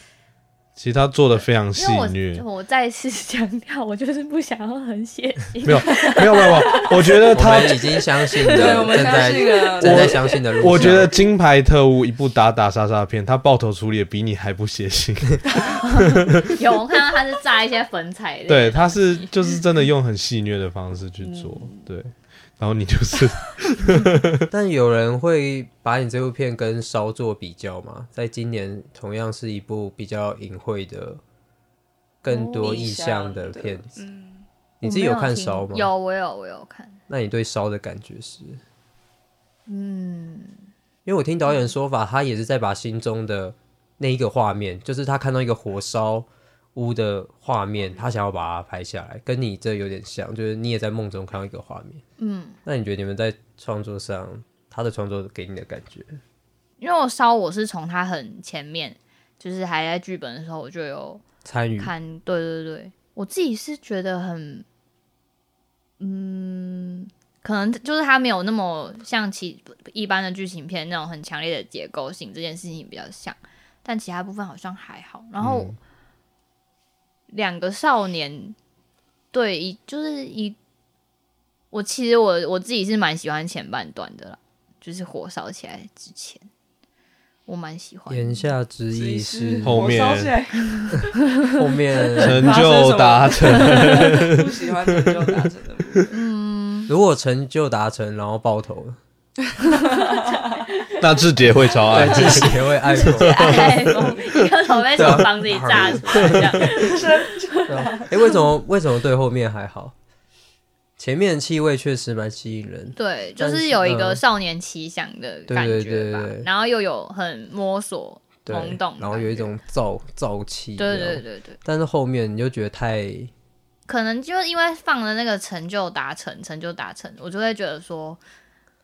D: 其实他做的非常戏
F: 因为
D: 虐
F: 我，我再次 强调，我就是不想要很血 腥。
D: 没有没有没有，没有我觉得
C: 我
D: 他
C: 们已经相信了，
B: 对，我们
C: 正
B: 相
C: 在
B: 信了，
C: 正在相信的路上。
D: 我觉得《金牌特务》一部打打杀杀的片，他爆头处理的比你还不血腥。
F: 有我看到他是炸一些粉彩的，
D: 对，他是就是真的用很戏谑的方式去做。
F: 嗯
D: 对，然后你就是
C: 但有人会把你这部片跟《烧》做比较吗？在今年同样是一部比较隐晦的、更多
F: 哦
C: 意象的片子。
B: 嗯，
C: 你自己
F: 我没有
C: 看《
F: 听
C: 烧》吗？。
F: 有，我有，我有看。
C: 那你对《烧》的感觉是？
F: 嗯，
C: 因为我听导演说法，他也是在把心中的那一个画面，就是他看到一个火烧屋的画面，他想要把它拍下来，跟你这有点像，就是你也在梦中看到一个画面。嗯，那你觉得你们在创作上，他的创作给你的感觉？
F: 因为我烧我是从他很前面，就是还在剧本的时候，我就有
C: 参与
F: 看，对对对，我自己是觉得很，嗯，可能就是它没有那么像其一般的剧情片那种很强烈的结构性，这件事情比较像，但其他部分好像还好。然后、两个少年对一就是一，我其实我我自己是蛮喜欢前半段的啦，就是火烧起来之前，我蛮喜欢的。
C: 言下之意
B: 哦
C: 是
D: 后面
B: 我烧起来
C: 后面，
D: 成就达成。
B: 不喜欢成就达成的目
C: 如果成就达成，然后爆头，
D: 那志杰会超
C: 对，
D: 爱，
C: 这协会爱国。
F: 哎，一个头被什么房子里炸出来这样。
C: 哎、为什么为什么对后面还好？前面的气味确实蛮吸引人，
F: 对，就
C: 但是
F: 是有一个
C: 嗯
F: 少年奇想的感
C: 对对
F: 觉吧，
C: 对对对
F: 然后又有很摸索、
C: 对
F: 懵懂，
C: 然后有一，种燥燥气，
F: 对对对对，
C: 但是后面你就觉得太
F: 可能就是因为放了那个成就达成、成就达成，我就会觉得说，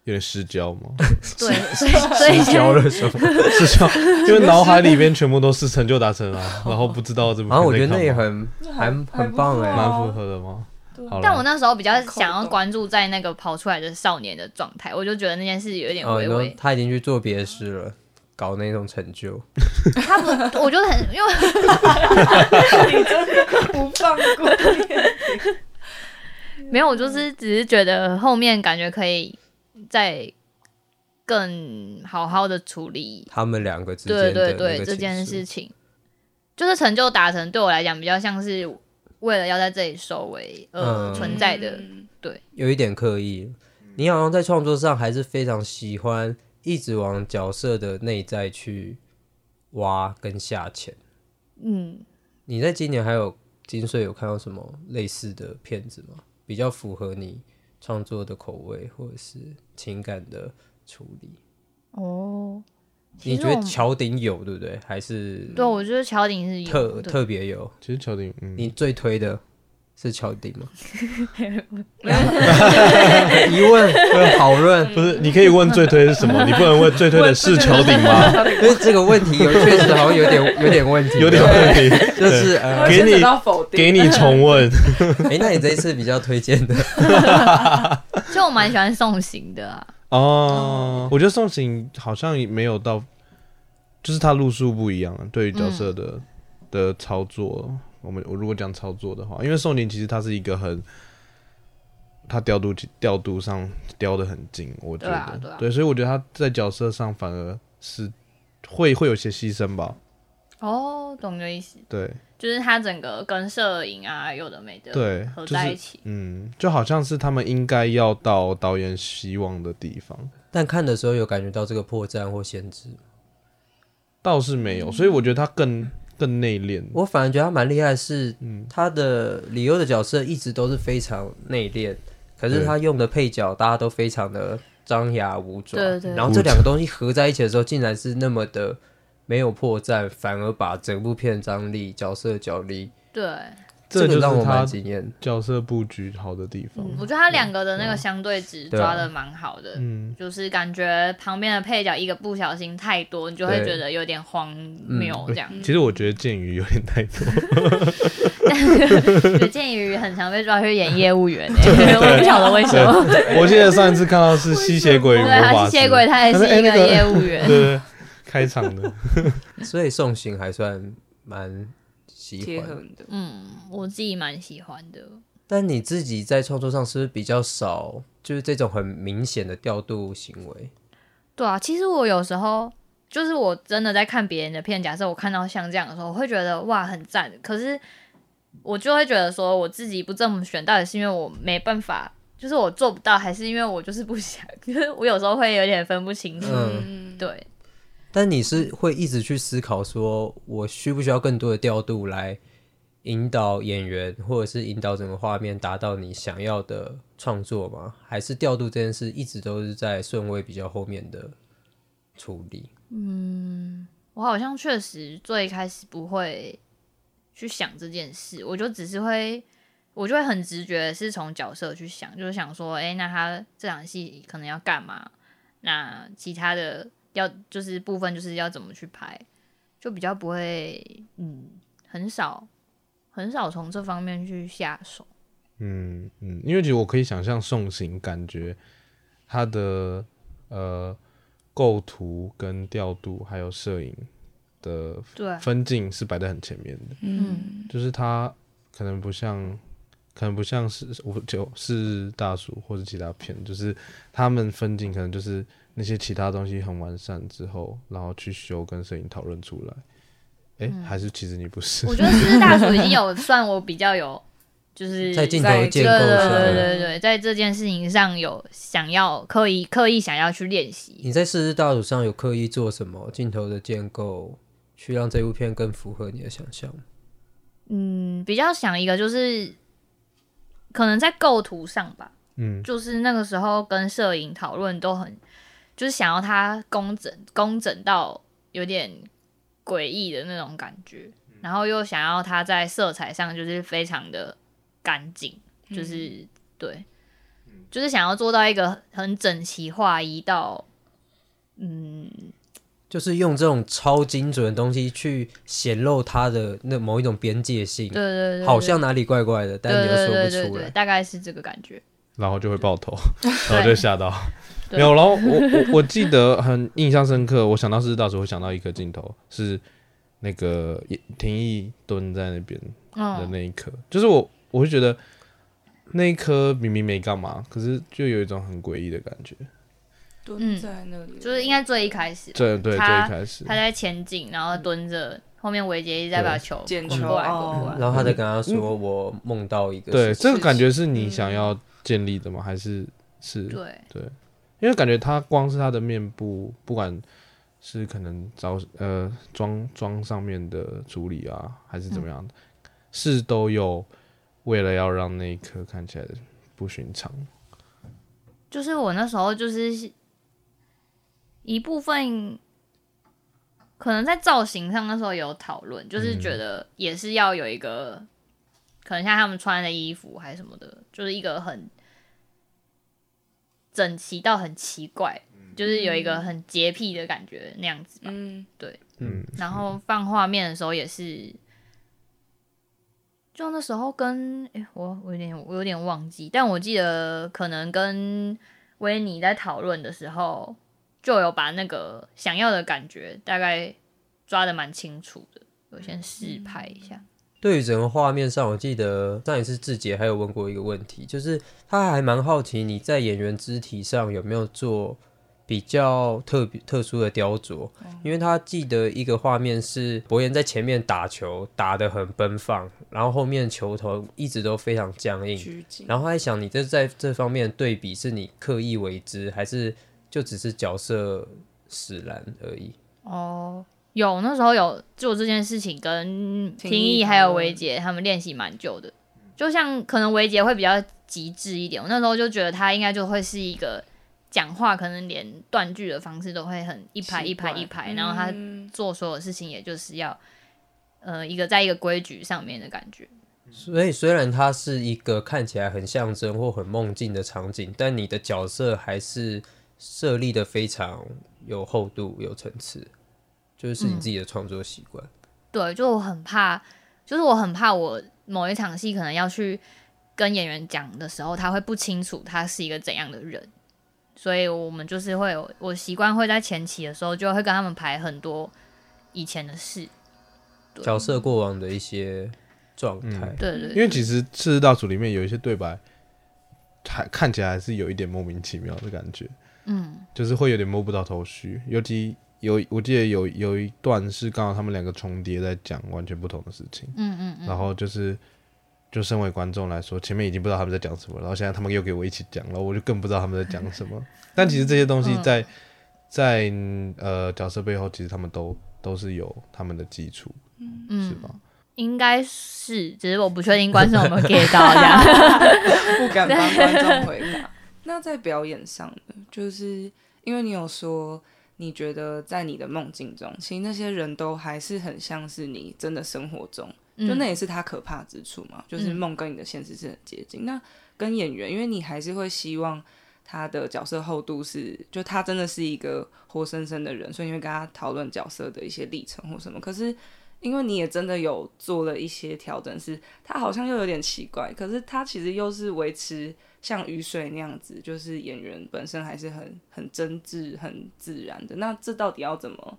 D: 有点失焦吗？
F: 对，所以所以现
C: 焦
F: 在
C: 了什么？
D: 失焦，因为脑海里边全部都是成就达成 啊，然后不知道这部
C: 然
D: 片
C: 后我
D: 在
C: 觉得那也
D: 干嘛
C: 很
B: 的，
C: 还
B: 还
C: 很棒哎
D: 蛮
B: 不错啊
D: 符合的吗？
B: 对
D: 好了，
F: 但我那时候比较
B: 很扣
F: 想要
B: 动
F: 关注在那个跑出来的少年的状态，我就觉得那件事有点
C: 哦，
F: 微
C: 然后
F: 微，
C: 他已经去做别的事了，搞那种成就，
F: 他
C: 哦
F: 不，我就很 因为
B: 你真的不放过，
F: 没有，我就是只是觉得后面感觉可以再更好好的处理
C: 他们两个之间的
F: 对对
C: 那个
F: 对，这
C: 情
F: 件
C: 愫
F: 事情就是成就达成，对我来讲比较像是为了要在这里收尾呃、
C: 嗯
F: 存在的
B: 嗯
F: 对，
C: 有一点刻意。你好像在创作上还是非常喜欢一直往角色的内在去挖跟下潜。
F: 嗯，
C: 你在今年还有金穗有看到什么类似的片子吗？比较符合你创作的口味或者是情感的处理？
F: 哦，其
C: 你
F: 实
C: 觉得
F: 我
C: 桥顶有对不对？还是
F: 对我觉得桥顶是有
C: 特
F: 的，
C: 特别有？
D: 其实乔顶，嗯，
C: 你最推的是桥顶吗？疑问和讨论，
D: 不是，你可以问最推是什么，你不能问最推的是乔顶 吗？
C: 因为这个问题有确实好像有点有点问题，
D: 有点问题，
C: 就是呃，
D: 给你
B: 牵扯到否定，
D: 给你重问。
C: 哎，那你这一次比较推荐的，
F: 其实我蛮喜欢送行的啊。
D: 哦，我觉得宋行好像也没有到，就是他路数不一样啊，对于角色的、
F: 嗯
D: 的操作，我们我如果讲操作的话，因为宋宁其实他是一个很，他调度调度上调的很精，我觉得
F: 对啊对啊
D: 所以我觉得他在角色上反而是会会有些牺牲吧，
F: 哦，懂你的意思，
D: 对
F: 就是它整个跟摄影啊，有的没的，
D: 对
F: 合，
D: 就
F: 在一
D: 是
F: 起。
D: 嗯，就好像是他们应该要到导演希望的地方。
C: 但看的时候有感觉到这个破绽或限制吗，
D: 倒是没
F: 嗯
D: 有，所以我觉得他更更内敛。
C: 我反而觉得他蛮厉害的是，
D: 嗯
C: 他的李优的角色一直都是非常内敛，可是
D: 对
C: 他用的配角大家都非常的张牙舞爪，
F: 对对
C: 然后这两个东西合在一起的时候，竟然是那么的没有破绽，反而把整部片张力、角色角力，
F: 对，
D: 这
C: 个
D: 就是
C: 让我蛮
D: 他
C: 惊艳的。
D: 角色布局好的地方。
F: 我觉得它两个的那个相对值
C: 对啊
F: 抓的蛮好的，
D: 嗯，
F: 就是感觉旁边的配角一个不小心太多，你就会
C: 对嗯
F: 觉得有点荒谬这样。
D: 其实我觉得剑鱼有点太多，
F: 就建宇很常被抓去演业务 员、欸，我不晓得为什么。
D: 我记得上一次看到是吸血鬼与
F: 对
D: 魔
F: 啊，
D: 法
F: 吸
D: 师，
F: 血鬼他也是一
D: 那个
F: 个业务员
D: 对，对 对开场的，
C: 所以送行还算蛮喜
B: 贴合
C: 欢。
B: 你的。
F: 嗯，我自己蛮喜欢的。
C: 但你自己在创作上是不是比较少，就是这种很明显的调度行为？
F: 对啊，其实我有时候就是我真的在看别人的片，假设我看到像这样的时候，我会觉得哇很赞，可是我就会觉得说我自己不这么选，到底是因为我没办法，就是我做不到，还是因为我就是不想？ 就是我有时候会有点分不清楚。
C: 嗯，
F: 对，
C: 但你是会一直去思考，说我需不需要更多的调度来引导演员，或者是引导整个画面达到你想要的创作吗？还是调度这件事一直都是在顺位比较后面的处理？
F: 我好像确实最开始不会去想这件事，我就只是会，我就会很直觉地是从角色去想，就是想说，哎、那他这场戏可能要干嘛？那其他的要就是部分就是要怎么去拍，就比较不会，嗯，很少很少从这方面去下手。
D: 嗯嗯，因为其实我可以想象送行感觉他的呃构图跟调度还有摄影的
F: 对，啊
D: 分镜是摆在很前面的，
F: 嗯，
D: 就是他可能不像，可能不像是我就是大叔或者其他片，就是他们分镜可能就是那些其他东西很完善之后，然后去修跟摄影讨论出来。哎、还是其实你不是
F: 嗯我，觉得是大叔已经有算我比较有，就是
C: 在镜头的建
F: 对
C: 构
F: 对
C: 上面，
F: 对对对，在这件事情上有想要刻意刻意想要去练习，
C: 你在《四肢大主》上有刻意做什么镜头的建构，去让这部片更符合你的想象吗？
F: 嗯，比较想一个就是可能在构图上吧，
D: 嗯，
F: 就是那个时候跟摄影讨论都很，就是想要它工整工整到有点诡异的那种感觉，
C: 嗯
F: 然后又想要它在色彩上就是非常的干净，
C: 嗯
F: 就是、对，就是想要做到一个很整齐划一到嗯。
C: 就是用这种超精准的东西去显露它的那某一种边界性，
F: 对对对对，
C: 好像哪里怪怪的，但
F: 对
C: 你又
F: 对
C: 说
F: 对
C: 不
F: 对
C: 出
F: 对，
C: 来。
F: 大概是这个感觉。
D: 然后就会爆头，然后就吓到。
F: 对
D: 没有，然后我我我记得很印象深刻，我想到是大叔，我想到一个镜头是那个廷义蹲在那边，的
F: 嗯，
D: 那一刻，就是我我会觉得那一刻明明没干嘛，可是就有一种很诡异的感觉。
B: 蹲在那里，
F: 就是应该最一开始，
D: 对对，最一
F: 他
D: 开始
F: 他在前进，然后蹲着，后面维杰一直在把球
B: 捡
F: 滚
B: 球
F: 过来
B: 哦
F: 滚过来。
C: 然后他在跟他说：“我梦到一个
D: 嗯对
C: 事情
D: 这个感觉是你想要建立的吗？还是是
F: 对，
D: 对，因为感觉他光是他的面部，不管是可能找呃妆妆上面的处理啊，还是怎么样的，是都有为了要让那一刻看起来不寻常。
F: 就是我那时候就是一部分，可能在造型上那时候有讨论，就是觉
C: 嗯
F: 得也是要有一个，可能像他们穿的衣服还是什么的，就是一个很整齐到很奇怪，
C: 嗯
F: 就是有一个很洁癖的感觉那样子吧。
B: 嗯，
D: 嗯，
F: 然后放画面的时候也是，就那时候跟、诶我我有点我有点忘记，但我记得可能跟维尼在讨论的时候，就有把那个想要的感觉大概抓的蛮清楚的，有先试拍一下。
C: 对于整个画面上，我记得上一次志杰还有问过一个问题，就是他还蛮好奇你在演员肢体上有没有做比较特别特殊的雕琢，
F: 嗯
C: 因为他记得一个画面是博彦在前面打球打得很奔放，然后后面球头一直都非常僵硬，
B: 拘谨。
C: 然后他在想，你这在这方面的对比是你刻意为之，还是就只是角色使然而已？
F: 哦，有那时候有做这件事情，跟
B: 听
F: 听
B: 艺
F: 义
B: 讨
F: 还有
B: 论
F: 维杰他们练习蛮久的。就像可能维杰会比较极致一点，我那时候就觉得他应该就会是一个讲话，可能连断句的方式都会很一排一排一排，然后他
B: 嗯
F: 做所有事情也就是要呃一个在一个规矩上面的感觉。
C: 所以虽然它是一个看起来很象征或很梦境的场景，但你的角色还是设立的非常有厚度、有层次，就是你自己的创作习惯。
F: 对，就我很怕，就是我很怕我某一场戏可能要去跟演员讲的时候，他会不清楚他是一个怎样的人，所以我们就是会有我习惯会在前期的时候就会跟他们排很多以前的事，对
C: 角色过往的一些状态，
F: 对对
D: 因为其实《赤日大厨》里面有一些对白，还看起来还是有一点莫名其妙的感觉，
F: 嗯，
D: 就是会有点摸不到头绪。尤其有我记得有有一段是刚好他们两个重叠在讲完全不同的事情，
F: 嗯嗯嗯，
D: 然后就是就身为观众来说，前面已经不知道他们在讲什么，然后现在他们又给我一起讲，然后我就更不知道他们在讲什 么。但其实这些东西
F: 嗯
D: 在、在嗯呃角色背后，其实他们都都是有他们的基础，是
F: 嗯
D: 吧？
F: 应该是，只是我不确定观众有没有 get 到这样。
B: 不敢帮观众回答。那在表演上呢，就是因为你有说，你觉得在你的梦境中，其实那些人都还是很像是你真的生活中，
F: 嗯
B: 就那也是它可怕之处嘛，就是梦跟你的现实是很接近。那跟演员，因为你还是会希望。他的角色厚度是，就他真的是一个活生生的人，所以你会跟他讨论角色的一些历程或什么。可是因为你也真的有做了一些调整，是它好像又有点奇怪，可是它其实又是维持像雨水那样子，就是演员本身还是很很真挚、很自然的。那这到底要怎么，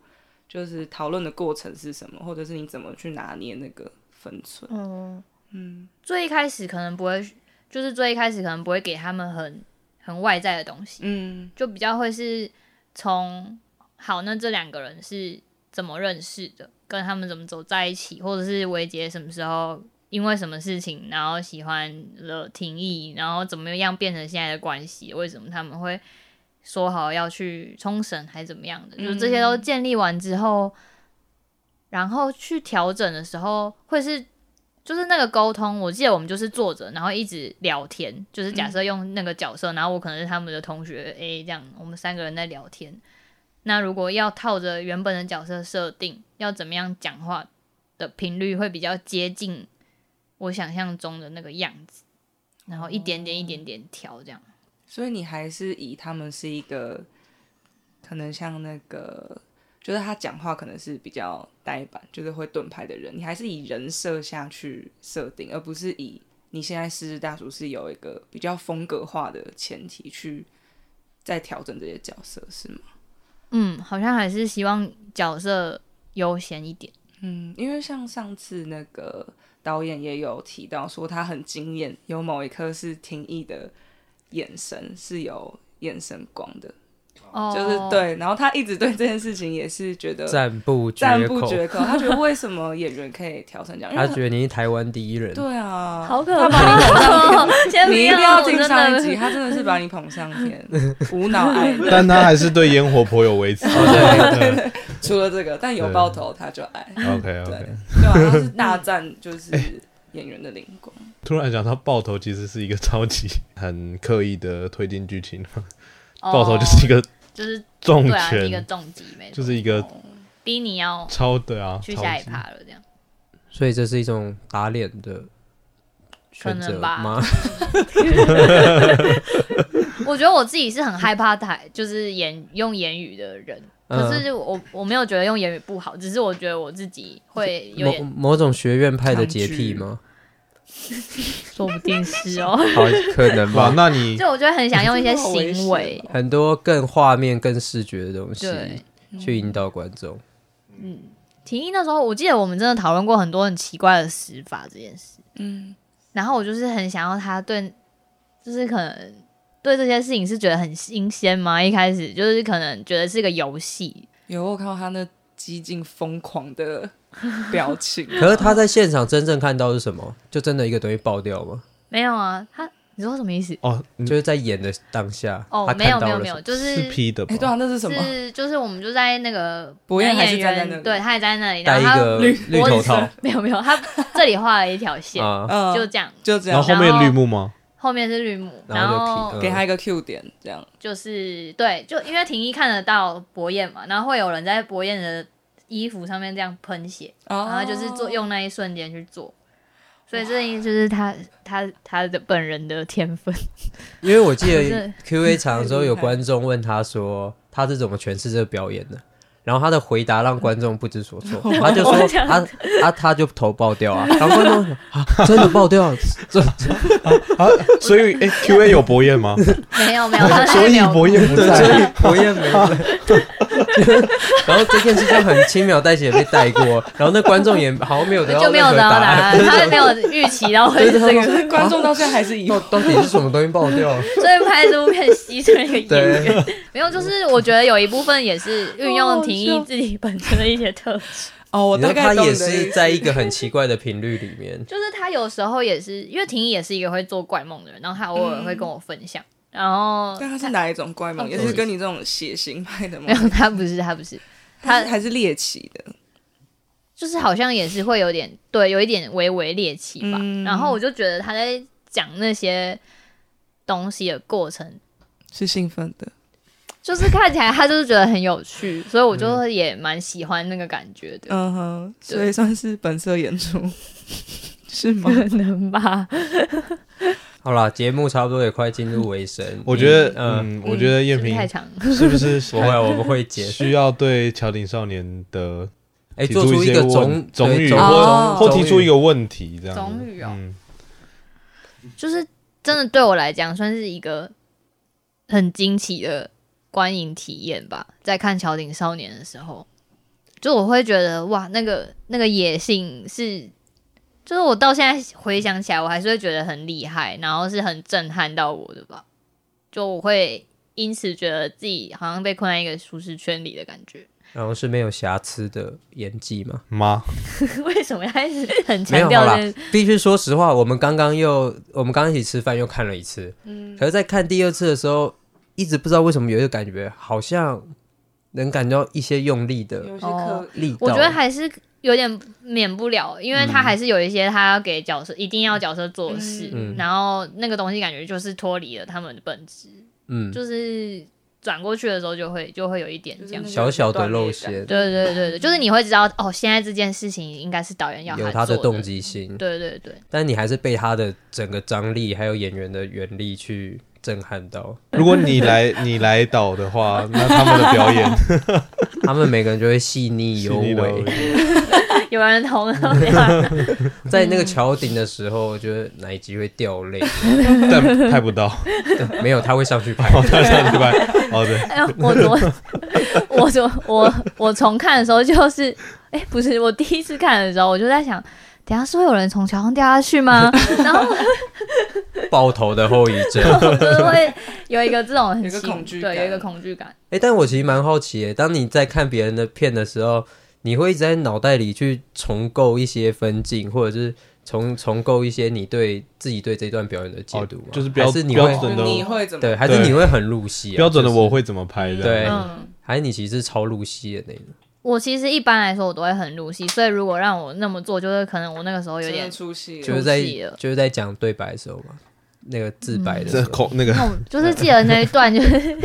B: 就是讨论的过程是什么，或者是你怎么去拿捏那个分寸？
F: 嗯，
B: 哦嗯，
F: 最一开始可能不会，就是最一开始可能不会给他们很很外在的东西，
B: 嗯，
F: 就比较会是从好，那这两个人是怎么认识的，跟他们怎么走在一起，或者是维杰什么时候因为什么事情，然后喜欢了廷义，然后怎么样变成现在的关系，为什么他们会说好要去冲绳还怎么样的，就是这些都建立完之后，然后去调整的时候会是。就是那个沟通，我记得我们就是坐着，然后一直聊天。就是假设用那个角色，然后我可能是他们的同学 A 这样，我们三个人在聊天。那如果要套着原本的角色设定，要怎么样讲话的频率会比较接近我想象中的那个样子，然后一点点一点点调这样。
B: 所以你还是以他们是一个，可能像那个，就是他讲话可能是比较呆板，就是会盾牌的人，你还是以人设下去设定，而不是以你现在狮子大叔是有一个比较风格化的前提去再调整这些角色，是吗？
F: 嗯，好像还是希望角色悠闲一点。
B: 嗯，因为像上次那个导演也有提到说，他很惊艳，有某一刻是廷义的眼神是有眼神光的，
F: 哦
B: 就是，对，然后他一直对这件事情也是觉得
C: 赞不绝
B: 赞不
C: 口，
B: 绝口，他觉得为什么演员可以调成这样？因
C: 他
B: 为
C: 觉得你是台湾第一人。
B: 对啊，
A: 好可
B: 他把你捧
F: 哦
B: 上
A: 怕！先
B: 天，
A: 不
B: 你一定要听上
A: 我
B: 一
A: 真
B: 集，
A: 的
B: 他真的是把你捧上 天，无脑爱你。
D: 但他还是对烟火颇有微词。哦对
B: 除了这个，但有爆头他就爱，
D: ，OK
B: 对
D: OK。
B: 对啊，他是大战 就是
D: 哎
B: 演员的灵光。
D: 突然想到爆头其实是一个超级很刻意的推进剧情，
F: 哦
D: 爆头就是一个
F: 就是
D: 重
F: 对啊，是一个
D: 拳，
F: 重击没错，
D: 就是一个
F: 逼你要
D: 超对啊，
F: 去
D: 超
F: 下一
D: 级
F: 趴了这样。
C: 所以这是一种打脸的选
F: 可
C: 择
F: 能吧
C: 吗？
F: 我觉得我自己是很害怕台，就是言用言语的人。可
C: 嗯
F: 是我我没有觉得用言语不好，只是我觉得我自己会 有
C: 某
F: 点，
C: 某种学院派的
B: 抗
C: 洁
B: 拒
C: 癖吗？
F: 说不定是哦。
C: 好，可能
D: 哇
C: 吧，。
D: 那你
F: 就我就会很想用一些
B: 好危
F: 行
B: 险哦
F: 为，
C: 很多更画面、更视觉的东西
F: 对嗯
C: 去引导观众。
F: 提议那时候，我记得我们真的讨论过很多很奇怪的死法这件事。
B: 嗯，
F: 然后我就是很想要他对，就是可能对这些事情是觉得很新鲜吗？一开始就是可能觉得是个游戏，
B: 有我看到他那激进疯狂 的表 情，
C: 可是他在现场真正看到是什么？就真的一个东西爆掉吗？
F: 没有啊？他你说什么意思？
D: 哦，你
C: 就是在演的当下，
F: 哦
C: 他，
F: 没有
C: 看
F: 没
C: 到
F: 有
C: 了
F: 没
C: 什
F: 有，
C: 么？
F: 就是是
D: 批的吧
B: 哎，？对啊，那是什么？
F: 是就是我们就在那个
B: 博彦
F: 男
B: 还是
F: 演
B: 站在
F: 员
B: 那里
F: 对，他也在那里，
C: 戴
F: 然
C: 一
F: 后
C: 个
B: 绿
F: 他
C: 绿
F: 脖
C: 头
F: 子
C: 套
F: 上 没有没有，他这里画了一条线，
C: 啊，
B: 嗯，
F: 就这样，
B: 就这
D: 然
B: 样
D: 后，后面绿幕吗？
F: 后面是绿幕，
C: 然
F: 然
C: 后就
F: 后
C: 提嗯
B: 给他一个 Q 点，这样
F: 就是对，就因为婷一看得到博彦嘛，然后会有人在博彦的衣服上面这样喷血，然后就是
B: 哦
F: 做用那一瞬间去做，所以这就是他他他的本人的天分，
C: 因为我记
F: 可
C: 得
F: 是
C: Q A 场的时候， 有观众问他说他是怎么诠释这个表演的，然后他的回答让观众不知所措，他就说
F: 我想
C: 他他他就头爆掉啊，然后观众说啊 真的爆掉，这
D: 啊，所以哎，Q A 有博彦吗？
F: 没有没有，他
D: 所以博彦不 在，
C: 火焰没了。 然后这件事就很轻描淡写地被带过，然后那观众也好像没有得到
F: 就没有
C: 任何
F: 得到
C: 答
F: 答
C: 案，
F: 案，他没有预期到会
C: 对
F: 是这
C: 对
F: 个
C: 对，
B: 就是 观众到现在还是疑
C: 到
B: 惑。
C: 到底是什么东西爆掉？
F: 所以拍这部片牺牲了一个演 员，
C: 对，
F: 没有，就是我觉得有一部分也是运用婷宜自己本身的一些特质，
B: 哦，我
C: 你
B: 大
C: 说
B: 概
C: 他
B: 懂
C: 也
B: 你的意
C: 是
B: 思
C: 在一个很奇怪的频率里面，
F: 就是她有时候也是，因为婷宜也是一个会做怪梦的人，然后她偶尔会跟我分享，然后
B: 但他是哪一种怪梦？也是跟你这种血型派 的吗
F: 没？有，她不是，她不是，
B: 他还是猎奇的，
F: 就是好像也是会有点对，有一点微微猎奇吧。
B: 嗯
F: 然后我就觉得她在讲那些东西的过程，
B: 是兴奋的。
F: 就是看起来她就是觉得很有趣，所以我就也蛮喜欢那个感觉的。
B: 嗯哼，
F: 对
B: 所以算是本色演出，是吗？
F: 可 能吧，
C: 好啦，节目差不多也快进入尾声。
D: 我觉得
C: 你，呃，
D: 嗯，我觉得
F: 是
D: 艳
F: 不是
D: 萍
F: 太长？
D: 是不是
C: 不会， 我们会 解。
D: 需要对《乔顶少年》的
C: 哎，
D: 提
C: 做
D: 出
C: 出
D: 一
C: 一个
D: 些问
C: 总
D: 总
C: 对
D: 语
C: 总
B: 或
C: 总
D: 或提出一
C: 总语
D: 个问题这样子？
F: 总语哦
D: 嗯，
F: 就是真的对我来讲，算是一个很惊奇的观影体验吧。在看《桥顶少年》的时候，就我会觉得哇，那个那个野性是，就是我到现在回想起来，我还是会觉得很厉害，然后是很震撼到我的吧。就我会因此觉得自己好像被困在一个舒适圈里的感觉。
C: 然后是没有瑕疵的演技嘛？
D: 妈，
F: 为什么还是很
C: 没
F: 强
C: 有
F: 调
C: 好啦
F: 这件事？，
C: 必须说实话，我们刚刚又我们刚刚一起吃饭又看了一次，
F: 嗯
C: 可是在看第二次的时候，一直不知道为什么有一个感觉，好像能感到一些用力的
B: 有些
F: 哦
B: 刻
C: 力道。
F: 我觉得还是有点免不了，因为他还是有一些他要给角色、一定要角色做的事，
C: 嗯
F: 然后那个东西感觉就是脱离了他们的本质，
C: 嗯，
F: 就是转过去的时候就会就会有一点这样。
B: 就是
C: 小小的露馅，
F: 对对对对，就是你会知道哦，现在这件事情应该是导演要
C: 有
F: 他
C: 他的
F: 做嗯
C: 动。机性，
F: 对对对，
C: 但你还是被他的整个张力还有演员的原力去震撼到。
D: 如果你来你来导的话，那他们的表演
C: 他们每个人就会细腻有
D: 犀利 到
C: 为。
F: 有人同了没有啊 人同？
C: 在那个桥顶的时候，我觉得哪一集会掉泪？
D: 但拍不到，
C: 没有，他会上 去拍。
D: 哦，他上礼拜，哦对，
F: 哎呦，我昨我昨我我重看的时候就是，哎、不是我第一次看的时候，我就在想，等一下是会有人从桥上掉下去吗？ 然后
C: 爆头的后遗 症。
F: 我就是会有一个这种很
B: 有一个
F: 奇
B: 恐惧
F: 对，
B: 感
F: 有一个恐惧感。
C: 哎、但我其实蛮好奇耶，当你在看别人的片的时候，你会一直在脑袋里去重构一些分镜，或者是重重构一些你对自己对这段表演的解
D: 哦
C: 读吗？
D: 就是标
C: 还是你
D: 标
C: 会
D: 准的
B: 你会怎么
C: 对，还是
D: 对
C: 你会很入戏、啊？
D: 标准的
C: 就是
D: 我，会怎么拍的？
C: 对
F: 嗯，
C: 还是你其实是超入戏的那种？
F: 我其实一般来说我都会很入戏，所以如果让我那么做，就是可能我那个时候有
B: 真的
F: 点
B: 出戏了？
C: 就是在
F: 入戏了嗯
C: 就是在讲对白的时候嘛，那个自白的时
D: 这
C: 候，
D: 口那个
F: 那我就是记得那一段，就是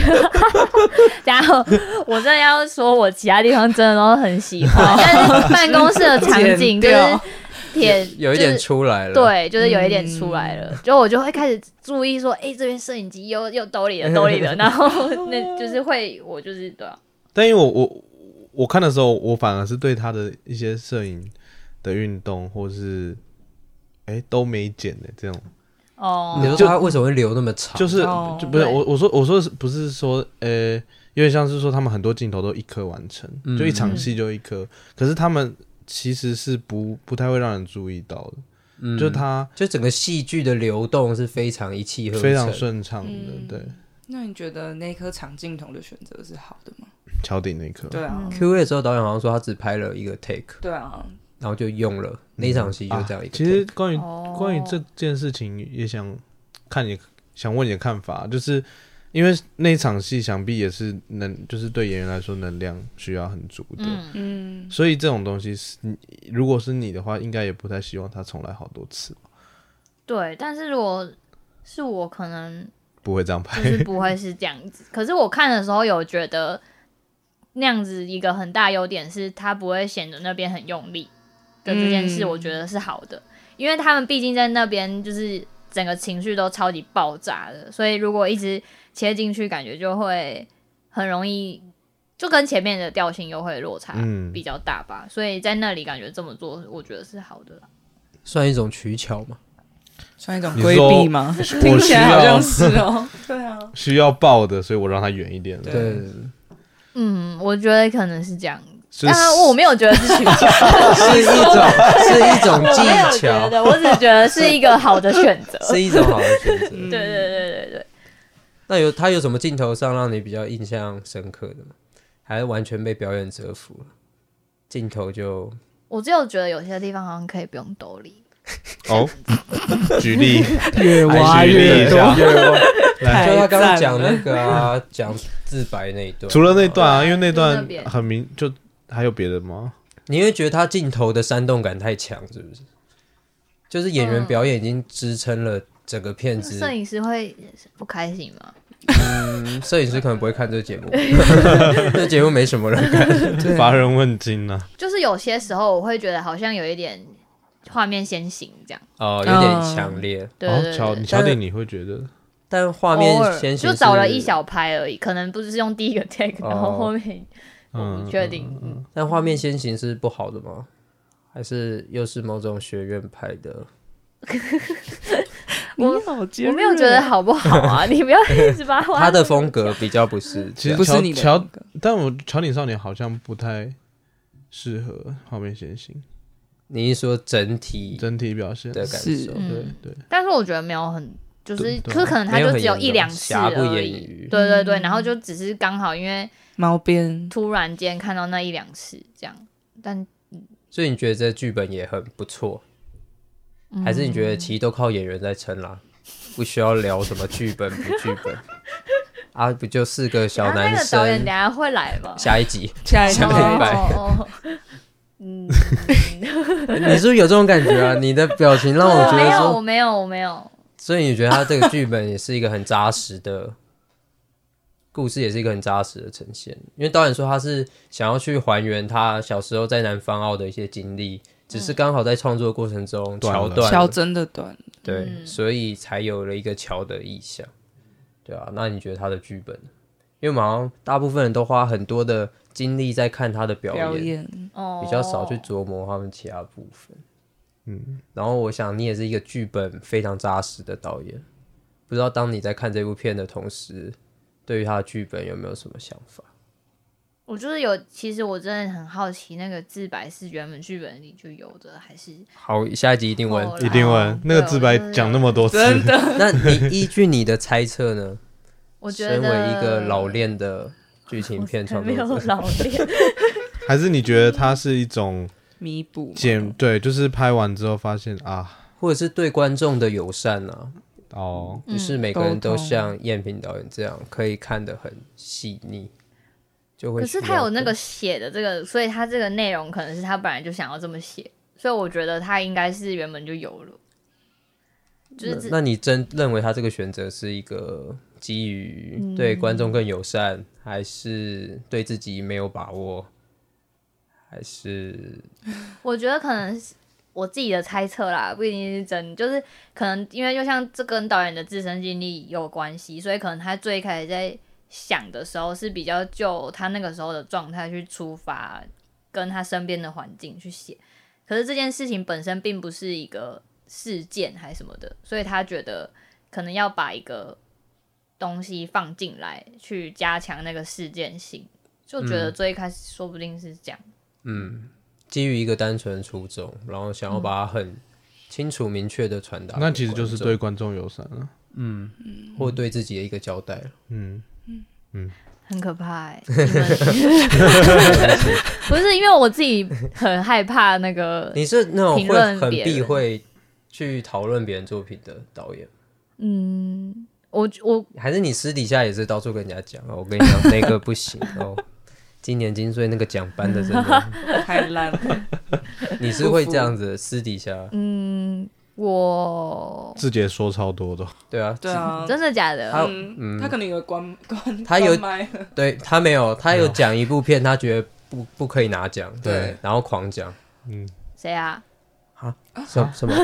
F: 然后我真的要说，我其他地方真的都很喜欢，但是办公室的场景就
B: 剪
F: 是
B: 掉
F: 铁
C: 有一点。出来了。
F: 就是对，就是有一点出来了，就我就会开始注意说，哎、这边摄影机又又兜里了，兜 里了，然后那就是会，我就是对啊，
D: 但因为我我我看的时候，我反而是对他的一些摄影的运动，或是哎、都没剪的、这种，
F: 哦，
C: 你说他为什么会留那么长？
D: 就是、
B: 哦
D: 就不是
F: 对
D: 我我说我说是不是说呃，有点像是说他们很多镜头都一颗完成，
C: 嗯
D: 就一场戏就一颗，可是他们其实是不不太会让人注意到的，
C: 嗯
D: 就他
C: 就整个戏剧的流动是非常一气呵成，
D: 非常顺畅的，
B: 嗯
D: 对，
B: 那你觉得那颗长镜头的选择是好的吗？
D: 桥顶那一颗，
B: 对啊，
C: Q A 的时候，导演好像说他只拍了一个 take，
B: 对啊，
C: 然后就用了那一场戏，就这样一个
D: 啊
C: take、
D: 其实关于
F: 哦
D: 关于这件事情，也想看你想问你的看法，就是因为那场戏想必也是能，就是对演员来说能量需要很足的，
F: 嗯，
B: 嗯，
D: 所以这种东西是，你如果是你的话，应该也不太希望它重来好多次，
F: 对，但是如果是我，可能
D: 不会这样拍。
F: 就是不会是这样 子。可是我看的时候有觉得那样子一个很大优点是，它不会显得那边很用力的这件事，
B: 嗯
F: 我觉得是好的，因为他们毕竟在那边就是整个情绪都超级爆炸的，所以如果一直切进去，感觉就会很容易。就跟前面的调性又会落差
D: 嗯
F: 比较大吧，所以在那里感觉这么做，我觉得是好的啦。
C: 算一种取巧嘛。
B: 算一种
D: 你
B: 规
D: 说
B: 避吗？听
D: 我
B: 起
D: 需
B: 来好
D: 要
B: 像是哦， 对 啊，
D: 需要爆的，所以我让它远一点了。
C: 对，对
F: 嗯，我觉得可能是这样，
D: 就
F: 当
D: 是
F: 然我没有觉得是取巧，
C: 对是一 种是一种
F: 我没有
C: 技
F: 觉
C: 巧，
F: 得，我只觉得是一个好的选 择。
C: 是一种好的选择。
F: 对对对对对，
C: 那有他有什么镜头上让你比较印象深刻的吗？还是完全被表演折服了？镜头就
F: 我只有觉得有些地方好像可以不用兜里。
D: 哦，举例，
F: 啊
B: 越
D: 还是举例一下，
B: 太
C: 就他刚刚
B: 赞
C: 讲
B: 了
C: 那个啊，讲自白那一段，
D: 除了那段啊，因为那
F: 就
D: 段
F: 那边
D: 很明，就还有别的吗？
C: 你会觉得他镜头的煽动感太强，是不是？就是演员
F: 嗯
C: 表演已经支撑了整个片子，
F: 摄影师会不开心吗？
C: 嗯，摄影师可能不会看这个节 目，这节目没什么人看。
D: 乏人问津啊呢、
F: 就是有些时候我会觉得好像有一点画面先行这样。
C: 哦，有点强烈，
F: 对
D: 哦，
F: 对
D: 乔
F: 对，
D: 乔顶你会觉得
C: 但画面
F: 偶尔
C: 先行
F: 就是找了一，小拍而已，可能不是用第一个 take，
C: 哦
F: 然后后面我
D: 嗯
F: 不确定。嗯
C: 但画面先行是不好的吗？还是又是某种学院派的？
F: 我
B: 好尖
F: 我没有觉得好不好啊，你不要一直把我
C: 他的风格比较不 是这
D: 其
C: 样，
D: 实
B: 不是
D: 乔
B: 你的
D: 乔
B: 风格，
D: 但我乔顶少年好像不太适合画面先行，
C: 你一说整体
D: 整体表现。
C: 的
D: 对
C: 感
B: 是
C: 受，
F: 嗯
D: 对，
F: 但是我觉得没有很，就是
D: 对，对啊
F: 可是可能他
C: 没有
F: 就
C: 很
F: 只有
C: 严
F: 一
C: 重
F: 两次
C: 瑕
F: 而
C: 不掩
F: 已
C: 瑜。
F: 对对对，然后就只是刚好因为
B: 毛边，
F: 突然间看到那一两次这样，但
C: 所以你觉得这剧本也很不错，还是你觉得其实都靠演员在撑啦，不需要聊什么剧本不剧 本啊？不就四个小
F: 啊
C: 男
F: 那个导演
C: 生？
F: 等下会来吗？
C: 下一集，
B: 下一
C: 下礼拜
F: 哦，哦哦嗯，
C: 你是不是有这种感觉啊？你的表情让我觉
F: 没
C: 得
F: 有，
C: 说
F: 我，哦没有，我没有，
C: 所以你觉得他这个剧本也是一个很扎实的故事，也是一个很扎实的呈现。因为导演说他是想要去还原他小时候在南方澳的一些经历，只是刚好在创作过程中
D: 断
C: 桥
D: 了
C: 段
B: 桥
C: 了
B: 真的短，
C: 对，
F: 嗯
C: 所以才有了一个桥的意象，对啊，那你觉得他的剧本？因为我们好像大部分人都花很多的精力在看他的表
B: 表
C: 演，
B: 演
F: 哦，
C: 比较少去琢磨他们其他部分。
D: 嗯，
C: 然后我想你也是一个剧本非常扎实的导演，不知道当你在看这部片的同时，对于他的剧本有没有什么想法？
F: 我就是有，其实我真的很好奇，那个自白是原本剧本里就有的，还是
C: 好，下一集一定问
F: 后。来
D: 一定问那个自白讲那么多次，
B: 真的，
C: 那你依据你的猜测呢？
F: 我觉得
C: 身为一个老练的剧情片创
F: 没有
C: 作者，
F: 老 练，
D: 还是你觉得它是一种
B: 弥补嘛
D: 剪对，就是拍完之后发现啊，
C: 或者是对观众的友善啊，
D: 哦，
F: 嗯
C: 就是每个人
B: 沟
C: 都
B: 通
C: 像燕平导演这样，可以看得很细腻，就会。
F: 可是他有那个，写的这个，所以他这个内容可能是他本来就想要这么写，所以我觉得他应该是原本就有了，就是自
C: 那你真认为他这个选择是一个基
F: 嗯
C: 于对观众更友善，还是对自己没有把握，还是
F: 我觉得可能是我自己的猜测啦，不一定是真，就是可能因为就像这跟导演的自身经历有关系，所以可能他最开始在想的时候是比较就他那个时候的状态去出发，跟他身边的环境去写。可是这件事情本身并不是一个事件还是什么的，所以他觉得可能要把一个东西放进来，去加强那个事件性。就觉得最一开始说不定是这样。
C: 嗯，基于一个单纯的初衷，然后
F: 嗯
C: 想要把它很清楚明确的传达给观众？
D: 那其实就是对观众友善啊了，
C: 或对自己的一个交 代了。
D: 嗯，
F: 很可怕哎、你们不是因为我自己很害怕那个，
C: 你是那种
F: 评
C: 会
F: 论
C: 很
F: 别人
C: 避讳去讨论别人作品的导演吗。
F: 嗯，我我
C: 还是你私底下也是到处跟人家讲哦，我跟你讲那个不行哦，今年金穗那个奖颁的真的，
B: 太烂了，
C: 你是会这样子私底下？
F: 嗯我
D: 自己也说超多的，
C: 对啊，
B: 对啊，
F: 真的假的？
C: 他
B: 嗯，他可能有关关，
C: 他有
B: 关麦了
C: 对他没有，他有讲一部片，他觉得不不可以拿奖，
B: 对，
C: 然后狂讲
D: 嗯
C: 啊
F: 谁啊？
C: 什什么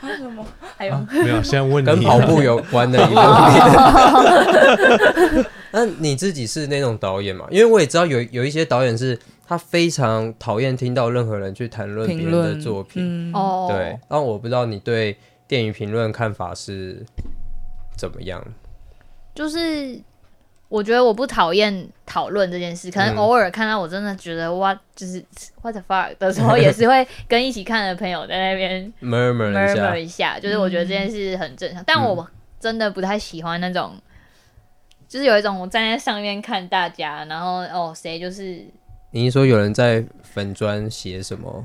B: 他什么？
F: 还有、
D: 没有，现在 问
C: 跟
D: 你啊
C: 跑步有关的一部 片。那你自己是那种导演嘛？因为我也知道有有一些导演是他非常讨厌听到任何人去谈论别
B: 评
C: 人的
B: 论
C: 作品，
B: 嗯，
F: 哦，
C: 对，，但我不知道你对电影评论看法是怎么样。
F: 就是我觉得我不讨厌讨论这件事，可能
C: 嗯
F: 偶尔看到我真的觉得哇，就是 what the fuck 的时候，也是会跟一起看的朋友在 那边
C: murmur 一
F: murmur
C: 下，嗯
F: 一下，就是我觉得这件事很正常，但我真的不太喜欢那种，就是有一种我站在上面看大家，然后哦谁就是
C: 你是说有人在粉砖写什么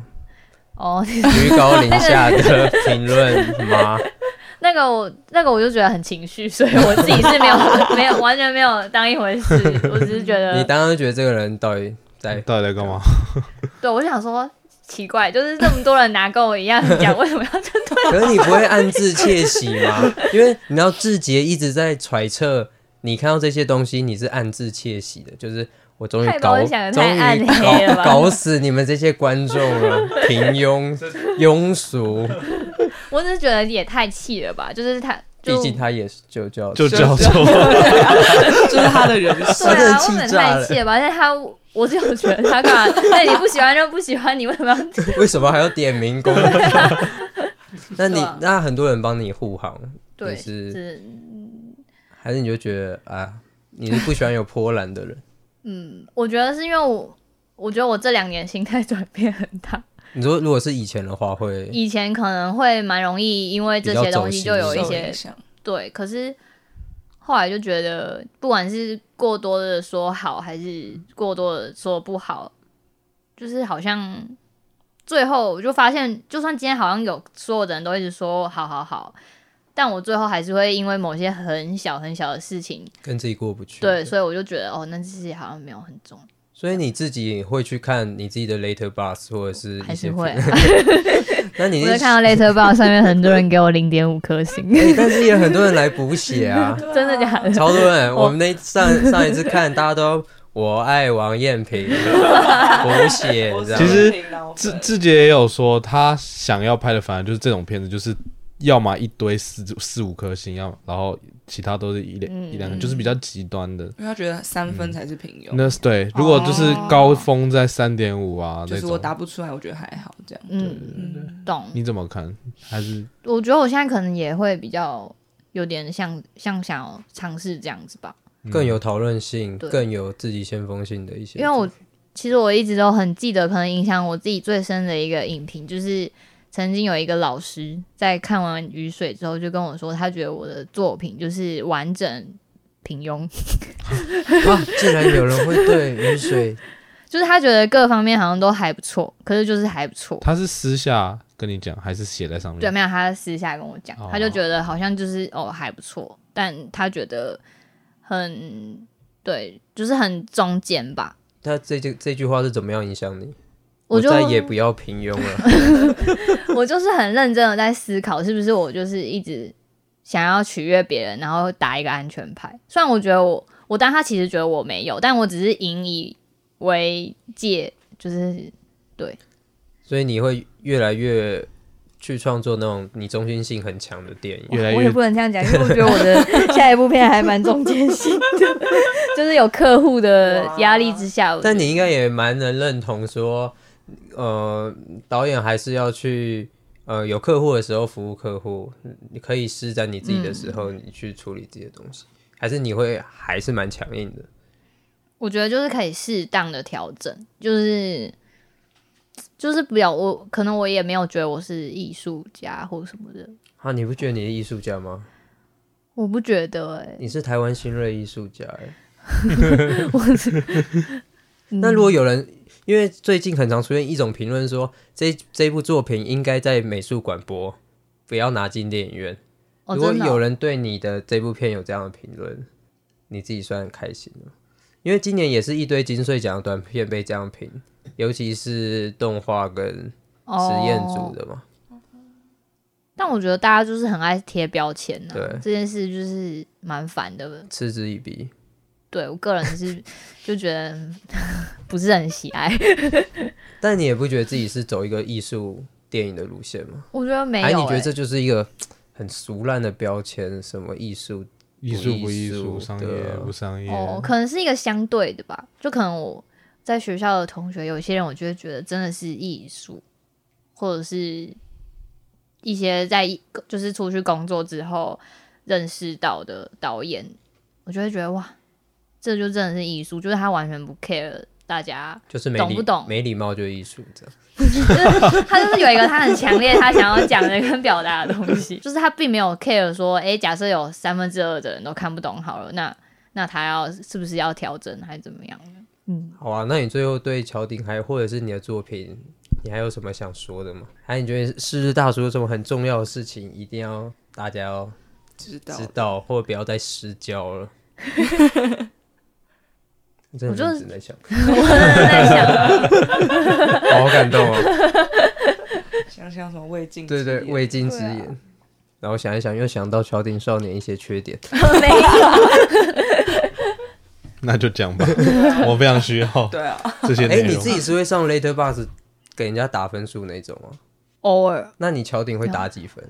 F: 哦
C: 居高临下 的评论吗？
F: 那个我那个我就觉得很情绪，所以我自己是没 有没有完全没有当一回事，我只是觉
C: 你
F: 得
C: 当时觉得这个人到底在？
D: 到底在干嘛？
F: 对我就想说。奇怪，就是这么多人拿跟我一样讲，为什么要这 样？
C: 可是你不会暗自窃喜吗？因为你知道志杰一直在揣测，你看到这些东西，你是暗自窃喜的，就是。我终于
F: 太把
C: 搞，
F: 我
C: 终
F: 想得太暗
C: 于
F: 黑了
C: 搞
F: 吧
C: 搞 死你们这些观众了，平庸、庸俗。
F: 我只是觉得也太气了吧，就是他，
C: 毕
F: 就
C: 竟他也是就叫
D: 就
B: 就
D: 叫做
B: 就是他 的人生。
F: 对
C: 真
F: 啊，
C: 的气
F: 我很
C: 炸
F: 太
C: 了
F: 气了吧？但是他，我就有觉得他干嘛？ 那你不喜欢就不喜欢，你为什么要
C: 为什么还要点名 工？那你
F: 对啊
C: 那很多人帮你护航，
F: 对，
C: 是
F: 是
C: 还是你就觉得啊，你是不喜欢有波澜的人？
F: 我觉得是因为我，我觉得我这两年心态转变很大。
C: 你说如果是以前的话，会
F: 以前可能会蛮容易因为这些东西就有一
B: 受
F: 些
B: 影响
F: 对，可是后来就觉得，不管是过多的说好，还是过多的说不好，就是好像最后我就发现，就算今天好像有所有的人都一直说好好好，但我最后还是会因为某些很小很小的事情，
C: 跟自己过不去。
F: 对，，所以我就觉得哦，那这些好像没有很重要。
C: 所以你自己也会去看你自己的 later bus 或者是一
F: 还
C: 些
F: 是会、
C: 片 那你
F: 我
C: 是
F: 就看到 Later Bar 上面很多人给我零点五颗星，
C: 哎但是也有很多人来补血 啊，
F: 真的假的？
C: 超多人。我们那上上一次看，大家都我爱王艳 平补血，你知道吗
D: 其？实志
B: 这
D: 志杰也有说，他想要拍的反而就是这种片子，就是要么一堆四四五颗星，要然后其他都是一两、
F: 嗯
D: 一两个，就是比较极端的。
B: 因为他觉得三分才是平庸，
D: 那对，如果就是
C: 哦
D: 高峰在三点五啊、
B: 就
D: 那
B: 是我
D: 种，
B: 答不出来，我觉得还好这样。
F: 嗯，
B: 嗯，
F: 懂。
D: 你怎么看？还是
F: 我觉得我现在可能也会比较有点像像想要尝试这样子吧，
C: 更
D: 嗯
C: 有讨论性，
F: 对
C: 更有自己先锋性的一些作品。
F: 因为我其实我一直都很记得，可能影响我自己最深的一个影评，就是曾经有一个老师在看完《雨水》之后，就跟我说，他觉得我的作品就是完整平庸，
C: 啊，竟然有人会对雨水，
F: 就是他觉得各方面好像都还不错，可是就是还不错。
D: 他是私下跟你讲，还是写在上面？
F: 对，没有，他私下跟我讲
D: 哦，
F: 他就觉得好像就是哦还不错，但他觉得很对，就是很中间吧。
C: 他这句这句话是怎么样影响你？
F: 我就
C: 再也不要平庸了。
F: 我就是很认真的在思考，是不是我就是一直想要取悦别人，然后打一个安全牌。虽然我觉得我，我当他其实觉得我没有，但我只是引以为戒，就是
C: 所以你会越来越去创作那种你中心性很强的电影。
D: 越来
F: 我
D: 越
F: 也不能这样讲，因为我觉得我的 下一部片还蛮中间性的，就是有客户的压力之下，我
C: 但你应该也蛮能认同说，呃，导演还是要去呃有客户的时候服务客户，你可以施展你自己的时候，你去处理自己的东西，还是你会还是蛮强硬的。
F: 我觉得就是可以适当的调整，就是就是不要我，可能我也没有觉得我是艺术家或什么的，
C: 啊，你不觉得你是艺术家吗？
F: 我不觉得哎、
C: 你是台湾新锐艺术家哎、 那如果有人，因为最近很常出现一种评论说，这这部作品应该在美术馆播，不要拿进电影院。
F: 哦，
C: 如果
F: 真的哦
C: 有人对你的这部片有这样的评论，你自己算很开心了，因为今年也是一堆金穗奖的短片被这样评，尤其是动画跟实验组
F: 哦。
C: 的嘛。
F: 但我觉得大家就是很爱贴标签呢、
C: 对
F: 这件事就是蛮烦的。
C: 嗤之以鼻，
F: 对我个人是就觉得 不是很喜爱，
C: 但你也不觉得自己是走一个艺术电影的路线吗？
F: 我觉得没有、
C: 还
F: 欸。
C: 哎是你觉得这就是一个很俗烂的标签，什么艺术
D: 艺术不艺
C: 不艺术
D: 术，商业
C: 对
D: 不商业。
F: 哦，可能是一个相对的吧，就可能我在学校的同学，有些人我就会觉得真的是艺术，或者是一些在一就是出去工作之后认识到的导演，我就会觉得哇，这就真的是艺术，就是他完全不 care 大家，
C: 就是没
F: 懂
C: 礼
F: 不懂
C: 没礼貌就是艺术这样。
F: 就是他就是有一个他很强烈他想要讲的跟表达的东 西，就是他并没有 care 说，诶，假设有三分之二的人都看不懂好了，那那他要是不是要调整还是怎么样？
C: 好啊，那你最后对乔鼎还或者是你的作品，你还有什么想说的吗？还有你觉得是日大叔有什么很重要的事情，一定要大家要
B: 知道
C: 知道，或者不要再失焦了？ 你真
F: 我
C: 的
F: 就是
C: 认真在想，
F: 我真的在想，啊
C: 好感动哦！
B: 想想什么未尽
C: 对对，未尽之
F: 对啊
C: 言。然后想一想，又想到乔鼎少年一些缺点。
F: 没有，
D: 那就讲吧，我非常需要
B: 对啊，
D: 这些
C: 哎、
D: 内
C: 你
D: 容
C: 自。己是会上 Later Bus 给人家打分数那种吗？
F: 偶尔
C: 那你乔顶会打几分？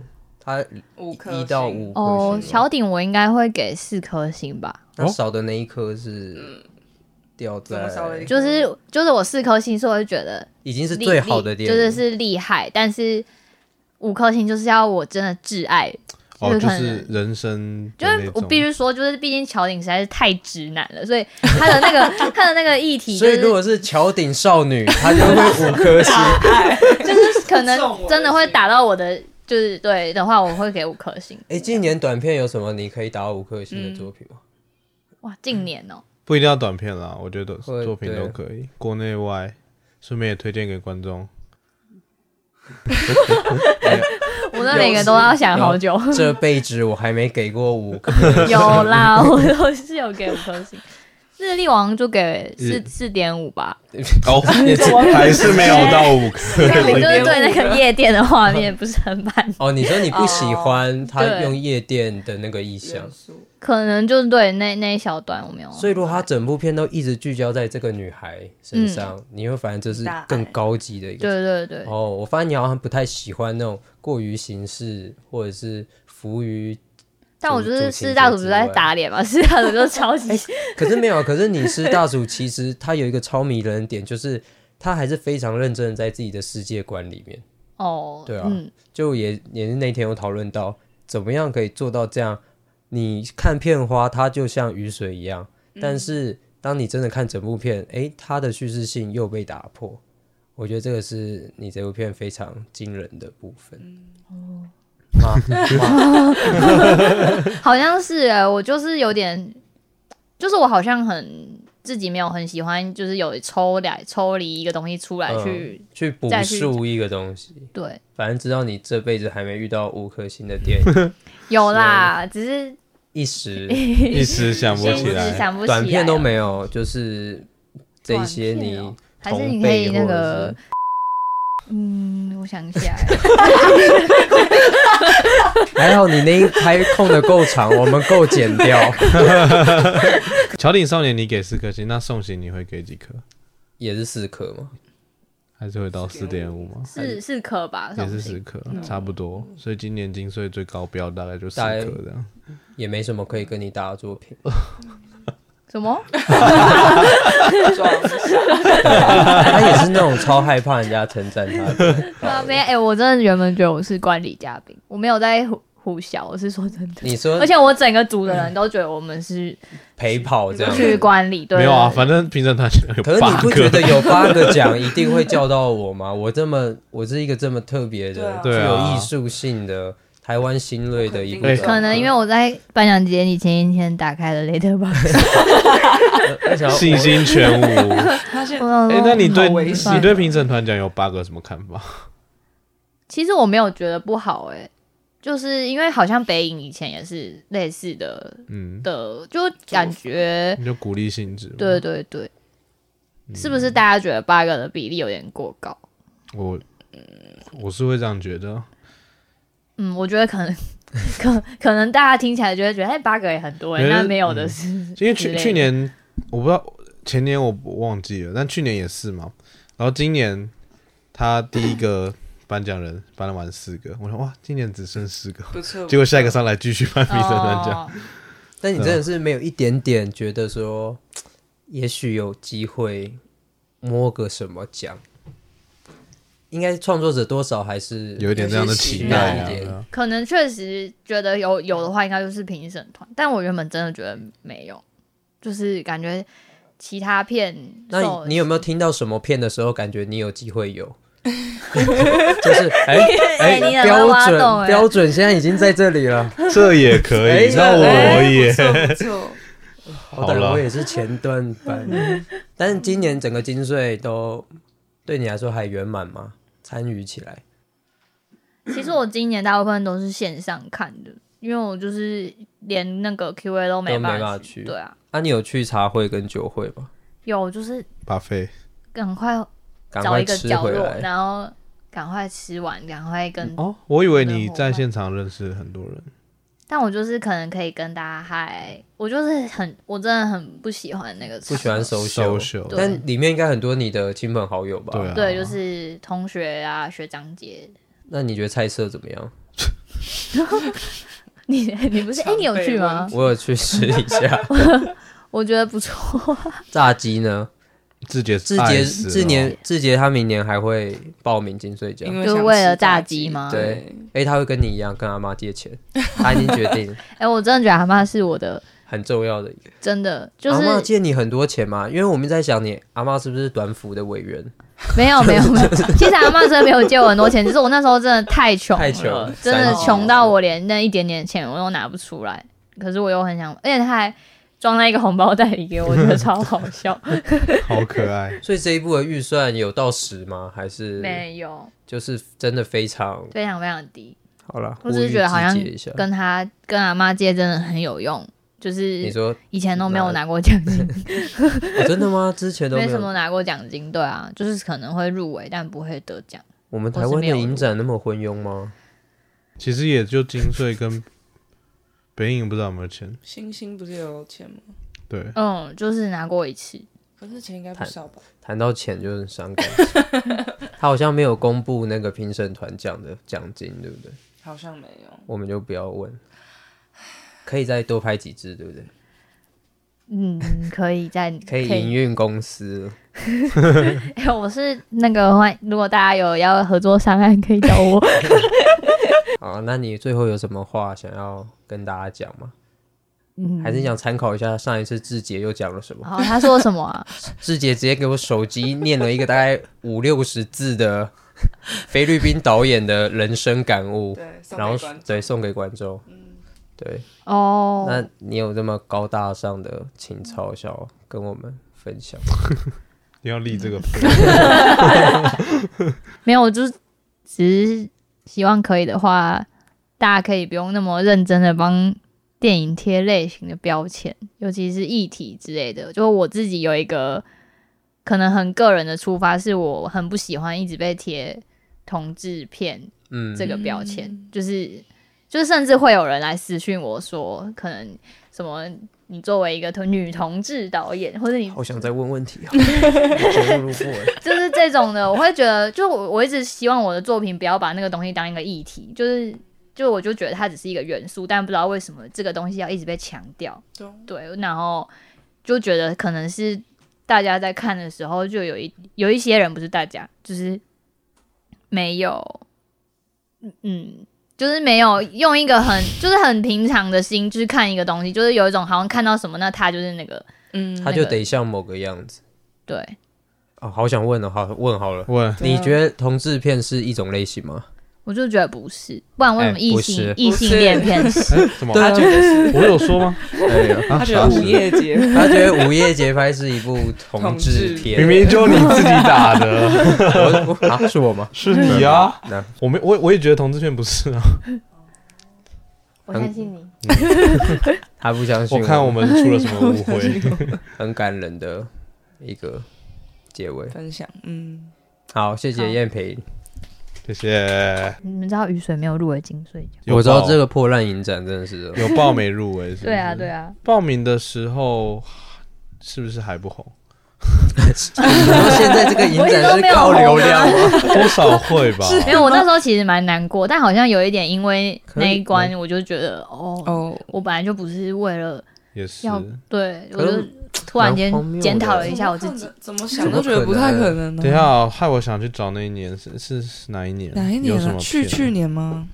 C: 他
B: 五颗
C: 一到
B: 星
C: 五
F: 哦
C: 颗，星吗，
F: 小顶我应该会给四颗星吧，
C: 那少的那一颗是掉
B: 嗯怎么少了
C: 在
B: 一，
F: 就是就是我四颗星，所以我就觉得
C: 已经是
F: 厉
C: 最好的
F: 厉
C: 电
F: 就
C: 影，
F: 是是厉害，但是五颗星就是要我真的挚爱，
D: 哦，
F: 就
D: 就是
F: 可
D: 是
F: 能
D: 人生
F: 就
D: 的那
F: 是
D: 种，
F: 我必须说，就是毕竟乔顶实在是太直男了，所以他的 那个他的那个议题就
C: 所以如
F: 是
C: 果是乔顶少女，她就会五颗 星。
F: 就是可能
B: 中我的
F: 真的会
B: 心
F: 打到我的，就是对的话，我会给五颗星。
C: 哎，今年短片有什么你可以打五颗星的作品吗？
F: 哇，近年哦、
D: 不一定要短片啦，我觉得
C: 会
D: 作品
C: 对
D: 都可以，国内外，顺便也推荐给观 众。
F: 我那每个都要想好久。
C: 这辈子我还没给过五颗，
F: 有啦，我都是有给五颗星。日历王就给四四点五吧，
D: 哦，还是没有到五颗
F: 但我就
D: 零。
F: 是对那个夜店的画面不是很满，
C: 哦，你说你不喜
B: 哦
C: 欢他
F: 对
C: 用夜店的那个意象
B: 元，素
F: 可能就是对那那一小段我没有。
C: 所以如果他整部片都一直聚焦在这个女孩身上，你会发现这是
B: 大爱
C: 更高级的一个
F: 嗯对对对，
C: 哦，我发现你好像不太喜欢那种过于形式或者是浮于，
F: 但我就是
C: 主情
F: 四大
C: 节
F: 主
C: 之
F: 就在
C: 外
F: 打脸嘛，四大主就超级
C: 可是没有，可是你是大鼠，其实他有一个超迷人的点，就是他还是非常认真的在自己的世界观里面。
F: 哦，
C: 对啊
F: 嗯，
C: 就也也是那天有讨论到，怎么样可以做到这样你看片花，它就像雨水一样，
F: 嗯
C: 但是当你真的看整部片，诶、它的叙事性又被打破。我觉得这个是你这部片非常惊人的部分。
F: 嗯
C: 哦，
F: 好像是哎，我就是有点，就是我好像很自己没有很喜欢，就是有抽来抽离一个东西出来
C: 嗯
F: 去、
C: 去补
F: 再去
C: 述一个东
D: 嗯
C: 西，
F: 对，
C: 反正知道你这辈子还没遇到五颗星的电 影，
F: 有啦，只是
C: 一时
D: 一时想不
F: 心
D: 起
F: 思
D: 来。
F: 想不起来，
C: 短片都没有，就是这一些你
F: 短片哦还是
C: 同
F: 你可
C: 辈
F: 以
C: 或者
F: 那
C: 是
F: 个，嗯，我想一下欸，
C: 还好你那一拍空的够长，我们够剪掉。
D: 乔顶少年，你给四颗星，那送行你会给几颗？
C: 也是四颗嘛，
D: 还是会到四点五吗？
F: 是是可吧？
D: 也是
F: something
D: 四颗，差不多。所以今年金穗最高标大概就四
C: 大概
D: 颗这样。
C: 也没什么可以跟你搭的作品。
F: 什 么？
B: 装
C: 他也是那种超害怕人家称赞他的。
F: 啊，没有哎、我真的原本觉得我是观礼嘉宾，我没有在胡胡笑，我是说真的。
C: 你说
F: 而且我整个组的人都觉得我们是
C: 陪跑这样，
F: 去观礼，对
D: 没有啊，
F: 对
D: 反正评审团有
C: 可是你
D: 八
C: 不觉
D: 颗。
C: 得有八个奖一定会叫到我吗？我这么，我是一个这么特别的、具
B: 对
D: 啊
C: 有艺术性的台湾新锐的一个
B: 哎
C: 人，
F: 可能因为我在颁奖节你前一天打开了 Letterbox，
C: 而且
D: 信心全 无。
B: 他现
F: 我
B: 在
F: 想
D: 哎、
F: 说
D: 那你对
B: 好危
C: 啊
B: 险
D: 你对评审团奖有八个什么看法？
F: 其实我没有觉得不好哎、就是因为好像北影以前也是类似的
D: 嗯，
F: 的，就感觉
D: 你就鼓励性质。
F: 对，对对，是不是大家觉得八个的比例有点过高？
D: 我我是会这样觉得。
F: 嗯，我觉得可能 可可能大家听起来就会觉得，哎，八个也很多哎、
D: 可是
F: 那没有的是，
D: 因为
F: 之
D: 去
F: 类的
D: 去年我不知道，前年我我忘记了，但去年也是嘛。然后今年他第一个颁奖人颁了完四个，我说哇，今年只剩 四个，
B: 不错，
D: 结果下一个上来继续颁评审团奖。
F: 哦
C: 但你
D: 啊
C: 真的是没有一点点觉得说，也许有机会摸个什么奖。应该创作者多少还是
D: 有一点这样的期待
C: 有些期待
D: 啊，
F: 可能确实觉得有有的话，应该就是评审团，但我原本真的觉得没有，就是感觉其他片
C: 那
F: 受
C: 你你有没有听到什么片的时候，感觉你有机会有？ 就是哎哎、
F: 你很会
C: 标
F: 挖洞
C: 准
F: 哎
C: 标准现在已经在这里了。
D: 这也可
C: 哎
D: 以，那我也
B: 哎不错不错，
C: 好 歹
D: 好了
C: 我也是前段 班，但是今年整个金穗都对你来说还圆满吗？参与起来，
F: 其实我今年大部分都是线上看的，因为我就是连那个 Q&A 都没
C: 都没
F: 办
C: 办法去
F: 对啊，
C: 啊，你有去茶会跟酒会吗？
F: 有就是
D: 巴菲
F: 赶快
C: 赶
F: 找
C: 快
F: 一个
C: 吃
F: 角
C: 回
F: 落，
C: 来。
F: 然后赶快吃完，赶快跟
D: 哦，我以为你在现场认识很多人，
F: 但我就是可能可以跟大家嗨，我就是很，我真的很不喜欢那个场
C: 不喜欢手手，
D: 收秀，
F: 对
C: 但里面应该很多你的亲朋好友吧？
D: 对啊
F: 对，就是同学啊、学长姐。
C: 那你觉得菜色怎么样？
F: 你你不是哎、
B: 常
F: 你有去
B: 被
F: 吗
B: 问？
C: 我有去试一 下
F: 我觉得不错，
C: 炸鸡呢。
D: 志杰
C: 志
D: 爱
C: 杰
D: 死
C: 志
D: 了
C: 年志杰他明年还会报名金穗奖
B: 因，为
F: 就
B: 想
F: 为
B: 吃
F: 了炸
B: 炸
F: 鸡吗
C: 啊对，哎，他会跟你一样跟阿妈借钱，他已经决定了
F: 哎、我真的觉得阿妈是我的，
C: 很重要的一个。
F: 真的就
C: 阿妈
F: 是
C: 借你很多钱吗？因为我们在想你阿妈是不是短服的委员？
F: 没有没有没有。其实阿妈真的没有借我很多钱，只是我那时候真的太穷
C: 太穷
F: 了，真的
C: 三十
F: 穷到我连那一点点钱我都拿不出来。可是我又很想，而且他还装在一个红包袋里给我，我觉得超好 笑。
D: 好可爱，
C: 所以这一部的预算有到十吗？还是
F: 没有，
C: 就是真的非常
F: 非常非常低。
C: 好了？
F: 我只
C: 呼
F: 是
C: 吁
F: 觉得好像
C: 志杰一下
F: 跟他跟阿妈借真的很有用，就
C: 你
F: 是
C: 说、
F: 以前都没有拿过奖 金，
C: 哦真的吗？之前都没
F: 没什
C: 有。
F: 么拿过奖金，对啊，就是可能会入围，但不会得奖。
C: 我们台
F: 我是
C: 湾
F: 没
C: 的
F: 有
C: 影展那么昏庸吗？
D: 其实也就金穗 跟北影不知道有没有钱，
B: 星星不是有钱吗？
D: 对，
F: 嗯，就是拿过一次，
B: 可是钱应该不
C: 谈
B: 少吧？
C: 谈到钱就很伤感 情。他好像没有公布那个评审团奖的奖金，对不对？
B: 好像没有。
C: 我们就不要问。可以再多拍几支，对不对？
F: 嗯，可以在
C: 可以营运公司了。
F: 哎 我是那个欢，如果大家有要合作商案，可以找我。
C: 啊，那你最后有什么话想要跟大家讲吗？
F: 嗯
C: 还是你想参考一下上一次志杰又讲了什么？
F: 然后他说什么啊？
C: 志杰直接给我手机念了一个大概五六十字的菲律宾导演的人生感悟，
B: 对，啊送给
C: 然后
B: 观众
C: 对送给观众。对，
F: 哦，
C: 那你有这么高大上的情操想跟我们分享？
D: 你要立这个
B: 嗯
D: 碑，
F: 没有，我就是只是希望可以的话，大家可以不用那么认真的帮电影贴类型的标签，尤其是议题之类的。就我自己有一个可能很个人的出发，是我很不喜欢一直被贴同志片
C: 嗯，
F: 这个标签，就是就是甚至会有人来私讯我说，可能什么你作为一个同女同志导演，或者你
C: 好想再问问 题啊，节目录过了
F: 就是这种的，我会觉得，就我我一直希望我的作品不要把那个东西当一个议题，就是就我就觉得它只是一个元素，但不知道为什么这个东西要一直被强调。
B: 懂
F: 对，然后就觉得可能是大家在看的时候，就有一有一些人不是大家，就是没有，嗯嗯，就是没有用一个很就是很平常的心，就是看一个东西，就是有一种好像看到什么，那他就是那个
B: 嗯，
C: 他就得像某个样子。
F: 对，
C: 哦，好想问哦，好问好了。
D: 问
B: 对啊
C: 你觉得同志片是一种类型吗？
F: 我就觉得不是，不然为什么
C: 哎
F: 异
C: 不
F: 性
C: 是
F: 异、
B: 不
F: 性
B: 是
F: 恋片是？
D: 哎什么？
F: 啊
B: 他觉得是，
D: 我有说吗？啊
B: 他觉得午夜节目
C: 他觉得《午夜节拍》是一部同志
B: 同志
C: 片，
D: 明明就你自己 打 的，
C: 我我啊是我吗？
D: 是你啊！
C: 那
D: 我没，我我也觉得同志片不是啊。
F: 我
C: 相
F: 信你。
C: 他不相信
D: 我看我们出了什么误 会？
B: 啊
C: 很感人的一个结尾。
B: 分享，嗯，
C: 好，谢谢燕平。
D: 谢谢。
F: 你们知道雨水没有入围金穗奖？
D: 有
C: 我知道
D: 报
C: 这个破烂影展真的 是
D: 有报没入围，是不是
F: 对啊，对啊，
D: 报名的时候是不是还不红？
C: 现在这个影展是靠流量吗？
D: 多少会 吧。
B: 啊
F: 没有。我那时候其实蛮难过，但好像有一点因为
C: 可以
F: 那一关，我就觉得哦，
B: 哦，
F: 我本来就不是为了
D: 也是，
F: 要对，我
C: 可
F: 就是突然间
C: 蛮荒谬的
F: 检讨了一下我自己。，
B: 怎么想都觉得不太可能哦。
D: 等一下哦，害我想去找那一年是是是哪一年？
B: 哪一
D: 有
B: 年
D: 什
B: 啊
D: 么？
B: 去
D: 片
B: 去年吗？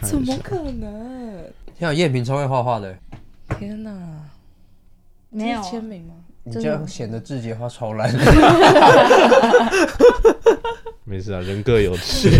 D: 看一下
B: 怎么可能？
C: 像燕平超会画画的，
B: 天哪！
F: 没有啊
B: 这是签名吗？
C: 你
F: 真的
C: 这样显得自己画超烂。
D: 没事啊，人各有志。